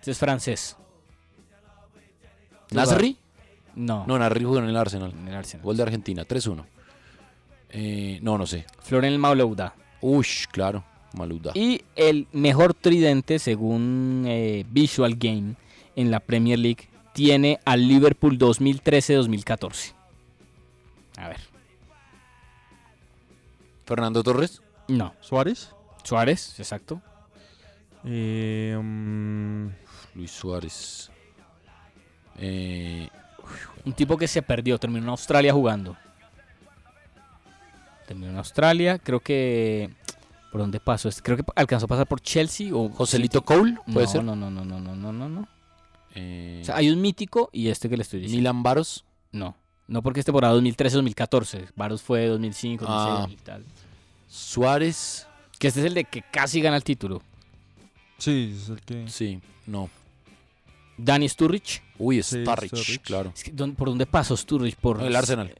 [SPEAKER 2] Este es francés.
[SPEAKER 1] Nasri.
[SPEAKER 2] No.
[SPEAKER 1] No, Narri jugó en el Arsenal. En
[SPEAKER 2] el Arsenal.
[SPEAKER 1] Gol de Argentina, 3-1. Eh, no, no sé.
[SPEAKER 2] Floren Malouda.
[SPEAKER 1] Ush, claro. Malouda.
[SPEAKER 2] Y el mejor tridente, según eh, Visual Game, en la Premier League, tiene al Liverpool 2013-2014. A ver.
[SPEAKER 1] ¿Fernando Torres?
[SPEAKER 2] No.
[SPEAKER 3] ¿Suárez?
[SPEAKER 2] Suárez, exacto.
[SPEAKER 3] Eh, mm,
[SPEAKER 1] Luis Suárez. Eh,
[SPEAKER 2] Un tipo que se perdió, terminó en Australia jugando. Terminó en Australia, creo que. ¿Por dónde pasó? Este? Creo que alcanzó a pasar por Chelsea o.
[SPEAKER 1] ¿Joselito Cole? ¿Puede
[SPEAKER 2] no,
[SPEAKER 1] ser?
[SPEAKER 2] No, no, no, no, no, no, no, no.
[SPEAKER 1] Eh,
[SPEAKER 2] O sea, hay un mítico y este que le estoy diciendo.
[SPEAKER 1] ¿Milan Varos?
[SPEAKER 2] No. No porque es temporada 2013-2014. Varos fue 2005, 2006
[SPEAKER 1] Ah.
[SPEAKER 2] y tal.
[SPEAKER 1] Suárez.
[SPEAKER 2] Que este es el de que casi gana el título.
[SPEAKER 3] Sí, es el que.
[SPEAKER 1] Sí, no.
[SPEAKER 2] Danny Sturridge.
[SPEAKER 1] Uy,
[SPEAKER 3] Sí,
[SPEAKER 1] Starrich,
[SPEAKER 3] Sturridge.
[SPEAKER 1] claro.
[SPEAKER 2] Es que, ¿dónde- ¿Por dónde pasó Sturridge? Por...
[SPEAKER 1] No, el Arsenal.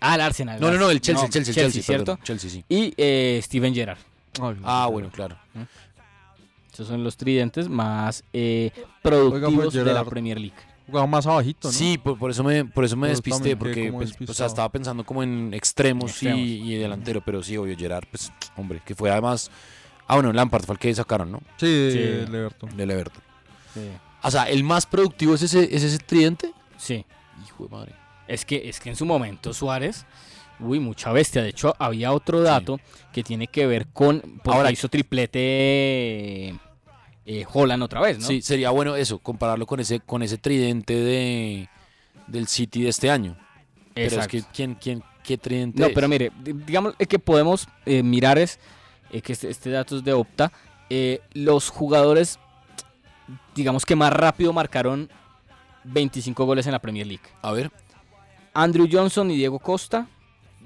[SPEAKER 2] Ah, el Arsenal.
[SPEAKER 1] No, no, no, el Chelsea,
[SPEAKER 2] No,
[SPEAKER 1] el Chelsea, el Chelsea,
[SPEAKER 2] ¿cierto?
[SPEAKER 1] perdón, Chelsea, sí.
[SPEAKER 2] Y eh, Steven Gerrard.
[SPEAKER 1] Ah, bueno, claro.
[SPEAKER 2] Esos son los tridentes más eh, productivos de la
[SPEAKER 3] pues, Gerrard.
[SPEAKER 2] Premier League.
[SPEAKER 3] Jugaba más abajito, ¿no?
[SPEAKER 1] Sí, por, por eso me, por eso me
[SPEAKER 3] Pero
[SPEAKER 1] despisté,
[SPEAKER 3] también quedé
[SPEAKER 1] porque
[SPEAKER 3] como
[SPEAKER 1] pues, o sea,
[SPEAKER 3] despistado.
[SPEAKER 1] estaba pensando como en extremos,
[SPEAKER 3] Extremos.
[SPEAKER 1] Y, y delantero, pero sí, obvio, Gerard, pues, hombre, que fue además... Ah, bueno, Lampard fue el que sacaron, ¿no?
[SPEAKER 3] Sí, de Sí. Everton.
[SPEAKER 1] Del Everton. O sea, ¿el más productivo es ese, es ese tridente?
[SPEAKER 2] Sí.
[SPEAKER 1] Hijo de madre.
[SPEAKER 2] Es que, es que en su momento Suárez, uy, mucha bestia. De hecho, había otro dato que tiene que ver con. Porque
[SPEAKER 1] Ahora-
[SPEAKER 2] Ahora hizo triplete eh, eh, Holland otra vez, ¿no?
[SPEAKER 1] Sí, sería bueno eso, compararlo con ese, con ese tridente de, del City de este año. Pero es
[SPEAKER 2] Exacto.
[SPEAKER 1] que, ¿quién, quién, qué tridente
[SPEAKER 2] No,
[SPEAKER 1] es?
[SPEAKER 2] pero mire, di- digamos eh, que podemos eh, mirar es eh, que este, este dato es de Opta. eh, los jugadores, digamos que más rápido marcaron 25 goles en la Premier League.
[SPEAKER 1] A ver.
[SPEAKER 2] Andrew Johnson y Diego Costa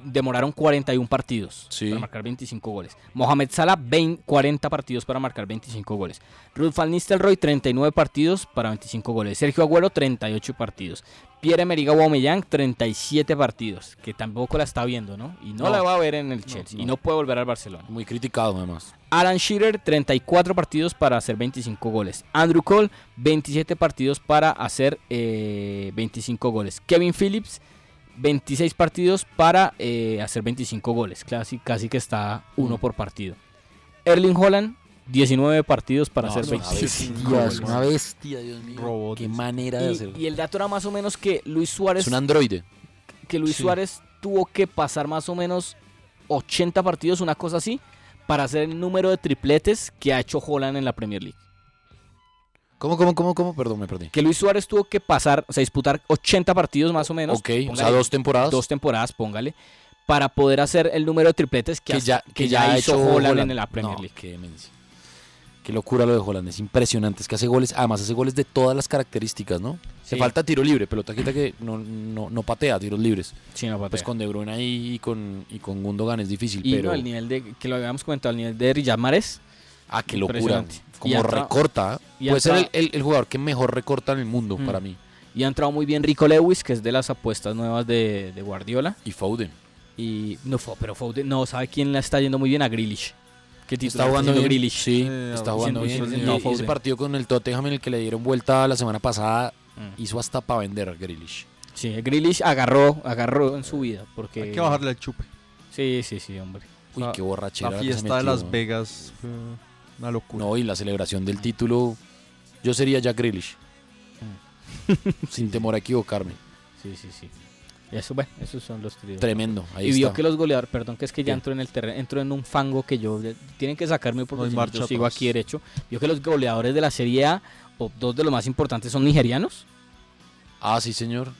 [SPEAKER 2] demoraron 41 partidos
[SPEAKER 1] Sí.
[SPEAKER 2] para marcar 25 goles. Mohamed Salah, 20 40 partidos para marcar 25 goles. Ruth Van Nistelrooy, 39 partidos para 25 goles. Sergio Agüero, 38 partidos. Pierre-Emerick Aubameyang, 37 partidos, que tampoco la está viendo, ¿no? Y no,
[SPEAKER 1] No.
[SPEAKER 2] la va a ver en el Chelsea y no puede volver al Barcelona.
[SPEAKER 1] Muy criticado, además.
[SPEAKER 2] Alan Shearer, 34 partidos para hacer 25 goles. Andrew Cole, 27 partidos para hacer eh, 25 goles. Kevin Phillips, 26 partidos para eh, hacer 25 goles. Casi, casi que está uno
[SPEAKER 1] Mm.
[SPEAKER 2] por partido. Erling Holland, 19 partidos para
[SPEAKER 1] No,
[SPEAKER 2] hacer
[SPEAKER 1] es una
[SPEAKER 2] 25
[SPEAKER 1] bestia,
[SPEAKER 2] goles.
[SPEAKER 1] es una bestia, Dios mío. Qué manera de
[SPEAKER 2] Y-
[SPEAKER 1] hacerlo.
[SPEAKER 2] Y, el dato era más o menos que Luis Suárez.
[SPEAKER 1] Es un androide.
[SPEAKER 2] Que Luis
[SPEAKER 1] Sí.
[SPEAKER 2] Suárez tuvo que pasar más o menos 80 partidos, una cosa así, para hacer el número de tripletes que ha hecho Holland en la Premier League.
[SPEAKER 1] ¿Cómo, cómo, cómo, cómo? Perdón, me perdí.
[SPEAKER 2] Que Luis Suárez tuvo que pasar, o sea, disputar 80 partidos más o menos.
[SPEAKER 1] Ok, o sea, dos temporadas.
[SPEAKER 2] Dos temporadas, póngale. Para poder hacer el número de tripletes que,
[SPEAKER 1] Que
[SPEAKER 2] has-
[SPEAKER 1] ya,
[SPEAKER 2] que ya
[SPEAKER 1] ha
[SPEAKER 2] hizo
[SPEAKER 1] hecho
[SPEAKER 2] Holland,
[SPEAKER 1] Haaland.
[SPEAKER 2] en la Premier
[SPEAKER 1] No,
[SPEAKER 2] League.
[SPEAKER 1] Qué, demencia. Qué locura lo de Holland. Es impresionante. Es que hace goles. Además, hace goles de todas las características, ¿no? Se
[SPEAKER 2] Sí.
[SPEAKER 1] falta tiro libre. Pelota quita que no, no, no patea tiros libres.
[SPEAKER 2] Sí, no patea.
[SPEAKER 1] Pues con De Bruyne ahí y con, y con Gundogan es difícil.
[SPEAKER 2] Y
[SPEAKER 1] pero
[SPEAKER 2] no, el nivel de, que lo habíamos comentado, el nivel de Riyad Mahrez,
[SPEAKER 1] Ah, qué locura.
[SPEAKER 2] impresionante. Y
[SPEAKER 1] Como
[SPEAKER 2] ha entrado-
[SPEAKER 1] recorta. ¿eh?
[SPEAKER 2] y ha
[SPEAKER 1] Puede ser el,
[SPEAKER 2] entrado-
[SPEAKER 1] el- el jugador que mejor recorta en el mundo
[SPEAKER 2] Mm.
[SPEAKER 1] para mí.
[SPEAKER 2] Y ha entrado muy bien Rico Lewis, que es de las apuestas nuevas de, de Guardiola.
[SPEAKER 1] Y Foden.
[SPEAKER 2] Y no, Fo- pero Foden, no, ¿sabe quién la está yendo muy bien? A Grealish. Que
[SPEAKER 1] Está jugando bien.
[SPEAKER 2] Grealish.
[SPEAKER 1] Sí, está jugando bien.
[SPEAKER 2] Diciendo-
[SPEAKER 1] Y-
[SPEAKER 2] no,
[SPEAKER 1] y ese
[SPEAKER 2] Foden.
[SPEAKER 1] partido con el Tottenham en el que le dieron vuelta la semana pasada hizo hasta para vender Grealish.
[SPEAKER 2] Mm. Sí, Grealish agarró, agarró en su vida. Porque...
[SPEAKER 3] Hay que bajarle al chupe.
[SPEAKER 2] Sí, sí, sí, hombre.
[SPEAKER 1] Uy, qué borrachera.
[SPEAKER 3] La
[SPEAKER 1] que se
[SPEAKER 3] fiesta de
[SPEAKER 1] metió.
[SPEAKER 3] Las Vegas fue una locura.
[SPEAKER 1] No, y la celebración del título. Yo sería Jack Grealish.
[SPEAKER 3] Mm.
[SPEAKER 1] Sin temor a equivocarme.
[SPEAKER 2] Sí, sí, sí. Eso, bueno, esos son los tríos.
[SPEAKER 1] Tremendo, ahí
[SPEAKER 2] y vio
[SPEAKER 1] está.
[SPEAKER 2] que los goleadores, perdón, que es que
[SPEAKER 1] ¿Qué?
[SPEAKER 2] ya entró en el terreno, entró en un fango que yo tienen que sacarme porque
[SPEAKER 3] No hay
[SPEAKER 2] si no,
[SPEAKER 3] marcha
[SPEAKER 2] yo sigo
[SPEAKER 3] atrás.
[SPEAKER 2] aquí derecho. Vio que los goleadores de la Serie A, o dos de los más importantes son nigerianos.
[SPEAKER 1] Ah, sí, señor.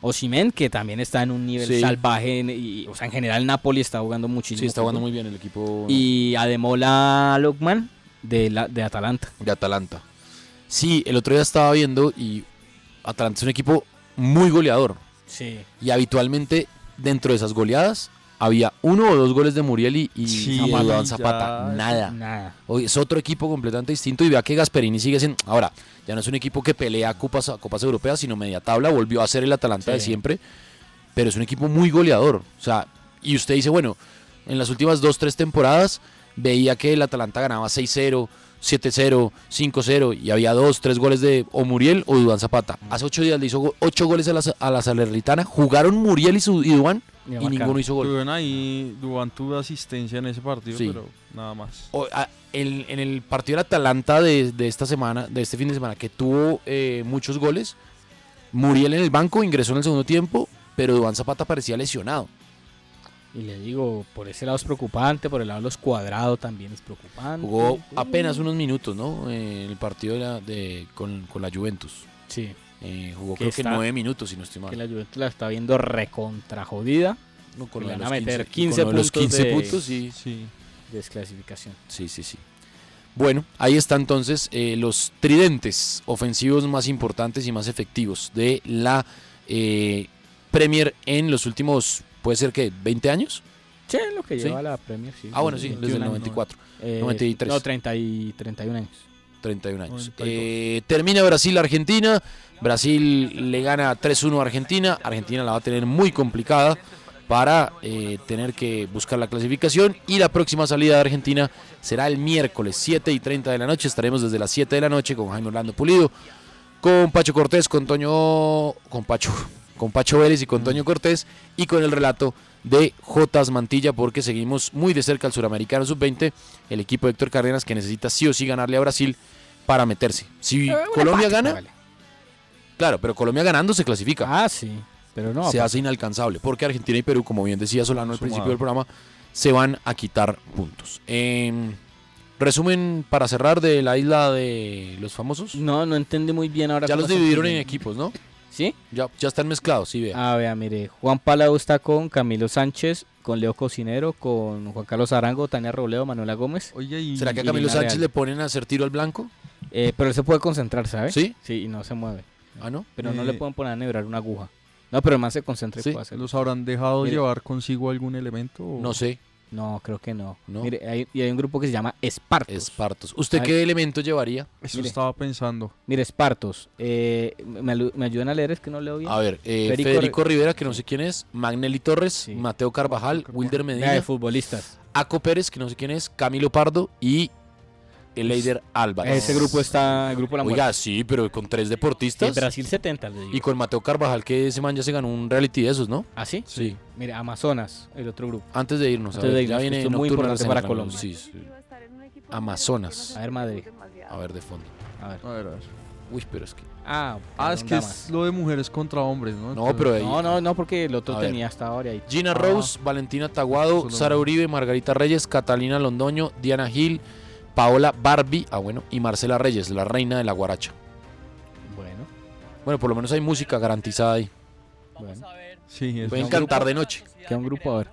[SPEAKER 2] Osimhen, que también está en un nivel
[SPEAKER 1] Sí.
[SPEAKER 2] salvaje, en- y, o sea, en general Napoli está jugando muchísimo.
[SPEAKER 1] Sí, está jugando
[SPEAKER 2] fútbol.
[SPEAKER 1] muy bien el equipo.
[SPEAKER 2] Y Ademola Lokman de, la, de Atalanta.
[SPEAKER 1] de Atalanta. Sí, el otro día estaba viendo y Atalanta es un equipo muy goleador.
[SPEAKER 2] Sí.
[SPEAKER 1] Y habitualmente dentro de esas goleadas había uno o dos goles de Muriel y, y
[SPEAKER 3] Sí,
[SPEAKER 1] Zapata. Duván
[SPEAKER 3] ya,
[SPEAKER 1] Zapata.
[SPEAKER 3] eso-
[SPEAKER 1] Nada.
[SPEAKER 2] Nada.
[SPEAKER 1] Hoy es otro equipo completamente distinto y vea que Gasperini sigue siendo. Ahora, ya no es un equipo que pelea copas, copas europeas, sino media tabla. Volvió a ser el Atalanta de
[SPEAKER 2] Sí.
[SPEAKER 1] siempre. Pero es un equipo muy goleador. O sea, y usted dice, bueno, en las últimas dos, tres temporadas veía que el Atalanta ganaba 6-0. 7-0, 5-0 y había dos, tres goles de o Muriel o Duván Zapata. Hace ocho días le hizo go- ocho goles a la, a la Salernitana. Jugaron Muriel y, su, y Duván y, ninguno hizo gol.
[SPEAKER 3] Tuvieron ahí, Duván tuvo asistencia en ese partido,
[SPEAKER 1] Sí.
[SPEAKER 3] pero nada más.
[SPEAKER 1] O- a- el- en el partido del Atalanta de, de esta semana, de este fin de semana, que tuvo eh, muchos goles, Muriel en el banco ingresó en el segundo tiempo, pero Duván Zapata parecía lesionado.
[SPEAKER 2] Y le digo, por ese lado es preocupante, por el lado de los cuadrados también es preocupante.
[SPEAKER 1] Jugó apenas unos minutos, ¿no? Eh, el partido de la- de- con, con la Juventus. Eh,
[SPEAKER 2] Sí.
[SPEAKER 1] jugó
[SPEAKER 2] Que
[SPEAKER 1] creo
[SPEAKER 2] está-
[SPEAKER 1] que nueve minutos, si no estoy mal.
[SPEAKER 2] Que la Juventus la está viendo recontra jodida.
[SPEAKER 1] No, con
[SPEAKER 2] Y
[SPEAKER 1] lo
[SPEAKER 2] le
[SPEAKER 1] de
[SPEAKER 2] van a
[SPEAKER 1] los
[SPEAKER 2] meter
[SPEAKER 1] 15
[SPEAKER 2] 15,
[SPEAKER 1] con lo de los
[SPEAKER 2] puntos,
[SPEAKER 1] 15
[SPEAKER 2] de,
[SPEAKER 1] puntos, sí.
[SPEAKER 2] desclasificación.
[SPEAKER 1] Sí, sí, sí. Bueno, ahí está entonces eh, los tridentes ofensivos más importantes y más efectivos de la eh, Premier en los últimos, puede ser que 20 años.
[SPEAKER 2] Sí, es lo que
[SPEAKER 1] Sí.
[SPEAKER 2] lleva la Premier, sí.
[SPEAKER 1] Ah, bueno, sí, desde
[SPEAKER 2] 21
[SPEAKER 1] el
[SPEAKER 2] años.
[SPEAKER 1] 94.
[SPEAKER 2] Eh,
[SPEAKER 1] 93.
[SPEAKER 2] No, 30 y 31 años.
[SPEAKER 1] 31 años. Eh, termina Brasil-Argentina. Brasil le gana 3-1 a Argentina. Argentina la va a tener muy complicada para eh, tener que buscar la clasificación. Y la próxima salida de Argentina será el miércoles 7 y 30 de la noche. Estaremos desde las 7 de la noche con Jaime Orlando Pulido, con Pacho Cortés, con Toño. con Pacho. Con Pacho Vélez y con
[SPEAKER 2] Mm.
[SPEAKER 1] Toño Cortés y con el relato de Jotas Mantilla, porque seguimos muy de cerca al suramericano sub-20, el equipo de Héctor Cárdenas que necesita sí o sí ganarle a Brasil para meterse. Si Colombia gana, claro, pero Colombia ganando se clasifica.
[SPEAKER 2] Ah, sí, pero no.
[SPEAKER 1] Se hace inalcanzable, porque Argentina y Perú, como bien decía Solano al
[SPEAKER 2] Sumado.
[SPEAKER 1] principio del programa, se van a quitar puntos. Eh, resumen para cerrar de la isla de los famosos.
[SPEAKER 2] No, no entendí muy bien ahora.
[SPEAKER 1] Ya
[SPEAKER 2] cómo
[SPEAKER 1] los
[SPEAKER 2] se
[SPEAKER 1] dividieron en
[SPEAKER 2] dividen.
[SPEAKER 1] equipos, ¿no?
[SPEAKER 2] ¿Sí?
[SPEAKER 1] Ya, ya están mezclados, sí, vea.
[SPEAKER 2] Ah, vea, mire, Juan Palau está con Camilo Sánchez, con Leo Cocinero, con Juan Carlos Arango, Tania Robledo, Manuela Gómez.
[SPEAKER 1] ¿Será que a Camilo Sánchez le ponen a hacer tiro al blanco?
[SPEAKER 2] Eh, pero él se puede concentrar, ¿sabes?
[SPEAKER 1] ¿Sí?
[SPEAKER 2] Sí, y no se mueve.
[SPEAKER 1] Ah, ¿no?
[SPEAKER 2] Pero no le
[SPEAKER 3] Eh.
[SPEAKER 2] pueden poner a nebrar una aguja. No, pero el man se concentra y
[SPEAKER 3] Sí,
[SPEAKER 2] puede hacer.
[SPEAKER 3] ¿Los habrán dejado
[SPEAKER 2] Mire.
[SPEAKER 3] llevar consigo algún elemento? o-
[SPEAKER 2] No, creo que no.
[SPEAKER 3] ¿No?
[SPEAKER 2] Mire, hay, y hay un grupo que se llama Espartos.
[SPEAKER 1] Espartos. ¿Usted qué elemento llevaría?
[SPEAKER 3] Eso estaba pensando.
[SPEAKER 2] Mire, Espartos. eh, me, alu- me ayudan a leer, es que no leo bien.
[SPEAKER 1] A ver, eh, Federico, Rivera, que no sé quién es, Magnelli Torres, Mateo Carvajal, Wilder Medina.
[SPEAKER 2] Vea, de futbolistas.
[SPEAKER 1] Aco Pérez, que no sé quién es, Camilo Pardo y el Leider Álvarez.
[SPEAKER 2] Ese grupo está, el grupo de la muerte.
[SPEAKER 1] Ah. Oiga, sí, pero con tres deportistas.
[SPEAKER 2] En Brasil 70, le digo.
[SPEAKER 1] Y con Mateo Carvajal, que ese man ya se ganó un reality de esos, ¿no?
[SPEAKER 2] ¿Ah, sí?
[SPEAKER 1] Sí.
[SPEAKER 2] Mire, Amazonas, el otro grupo.
[SPEAKER 1] Antes de irnos, a
[SPEAKER 2] Antes
[SPEAKER 1] ver,
[SPEAKER 2] de
[SPEAKER 1] ya
[SPEAKER 2] irnos,
[SPEAKER 1] viene
[SPEAKER 2] esto es muy
[SPEAKER 1] Nocturno de
[SPEAKER 2] importante
[SPEAKER 1] la
[SPEAKER 2] para
[SPEAKER 1] Semana,
[SPEAKER 2] Colombia.
[SPEAKER 1] sí, sí. Amazonas.
[SPEAKER 2] A ver, Madrid.
[SPEAKER 1] A ver, de fondo.
[SPEAKER 2] A ver.
[SPEAKER 3] A ver, a ver.
[SPEAKER 1] Uy, pero es que.
[SPEAKER 2] Ah,
[SPEAKER 3] Ah, es
[SPEAKER 2] perdón,
[SPEAKER 3] que
[SPEAKER 2] damas.
[SPEAKER 3] es lo de mujeres contra hombres, ¿no?
[SPEAKER 1] No, pero ahí-
[SPEAKER 2] No, no, no, porque el otro
[SPEAKER 1] A ver.
[SPEAKER 2] tenía hasta ahora. y ahí-
[SPEAKER 1] Gina
[SPEAKER 2] Ah.
[SPEAKER 1] Rose, Valentina Taguado, Sara Uribe, Margarita Reyes, Catalina Londoño, Diana Gil, Paola Barbie, ah bueno, y Marcela Reyes, la reina de la guaracha.
[SPEAKER 2] Bueno,
[SPEAKER 1] Bueno, por lo menos hay música garantizada ahí.
[SPEAKER 2] bueno.
[SPEAKER 3] Sí, es
[SPEAKER 1] Pueden
[SPEAKER 3] un
[SPEAKER 1] cantar
[SPEAKER 3] grupo.
[SPEAKER 1] de noche.
[SPEAKER 2] Queda un grupo, a ver.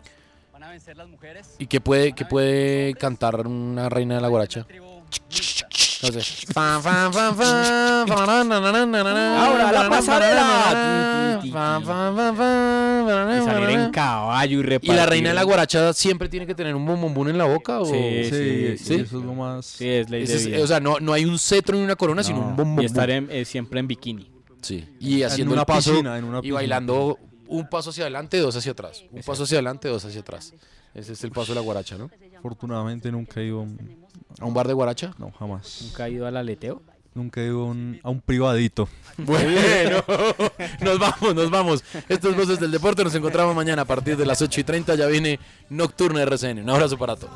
[SPEAKER 1] ¿Y qué puede, qué puede cantar una reina de la guaracha? No sé. Fan, fan, fan, fan, fararán, nanarán, nanarán,
[SPEAKER 2] Ahora la
[SPEAKER 1] fararán,
[SPEAKER 2] pasarela.
[SPEAKER 1] fararán, fan, fan, fan, fan, fararán,
[SPEAKER 2] Y salir en
[SPEAKER 1] fararán.
[SPEAKER 2] caballo y
[SPEAKER 1] Eh, ¿Y
[SPEAKER 2] repartir.
[SPEAKER 1] la reina de la guaracha siempre tiene que tener un bombombón en la boca? O...
[SPEAKER 2] Sí, sí, sí,
[SPEAKER 1] ¿Sí?
[SPEAKER 3] Eso es lo más.
[SPEAKER 2] Sí, es ley
[SPEAKER 1] Ese
[SPEAKER 2] de
[SPEAKER 1] es-
[SPEAKER 2] vida.
[SPEAKER 1] o sea, no, no hay un cetro ni una corona, sino un bombón.
[SPEAKER 2] Y estar en- eh, siempre en bikini.
[SPEAKER 1] Sí. Y
[SPEAKER 2] En
[SPEAKER 1] haciendo
[SPEAKER 2] una
[SPEAKER 1] el paso
[SPEAKER 2] piscina, en una
[SPEAKER 1] y
[SPEAKER 2] piscina.
[SPEAKER 1] bailando un paso hacia adelante, dos hacia atrás. Un paso hacia adelante, dos hacia atrás. Ese es el paso de la guaracha, ¿no?
[SPEAKER 3] Afortunadamente nunca he ido a un,
[SPEAKER 1] ¿A un bar de guaracha?
[SPEAKER 3] No, jamás.
[SPEAKER 2] ¿Nunca ha ido al aleteo?
[SPEAKER 3] Nunca he ido a un, a un privadito.
[SPEAKER 1] (laughs) Bueno, (laughs) nos vamos, nos vamos. Estos voces del deporte nos encontramos mañana a partir de las 8 y 30. Ya viene Nocturno RCN. Un abrazo para todos.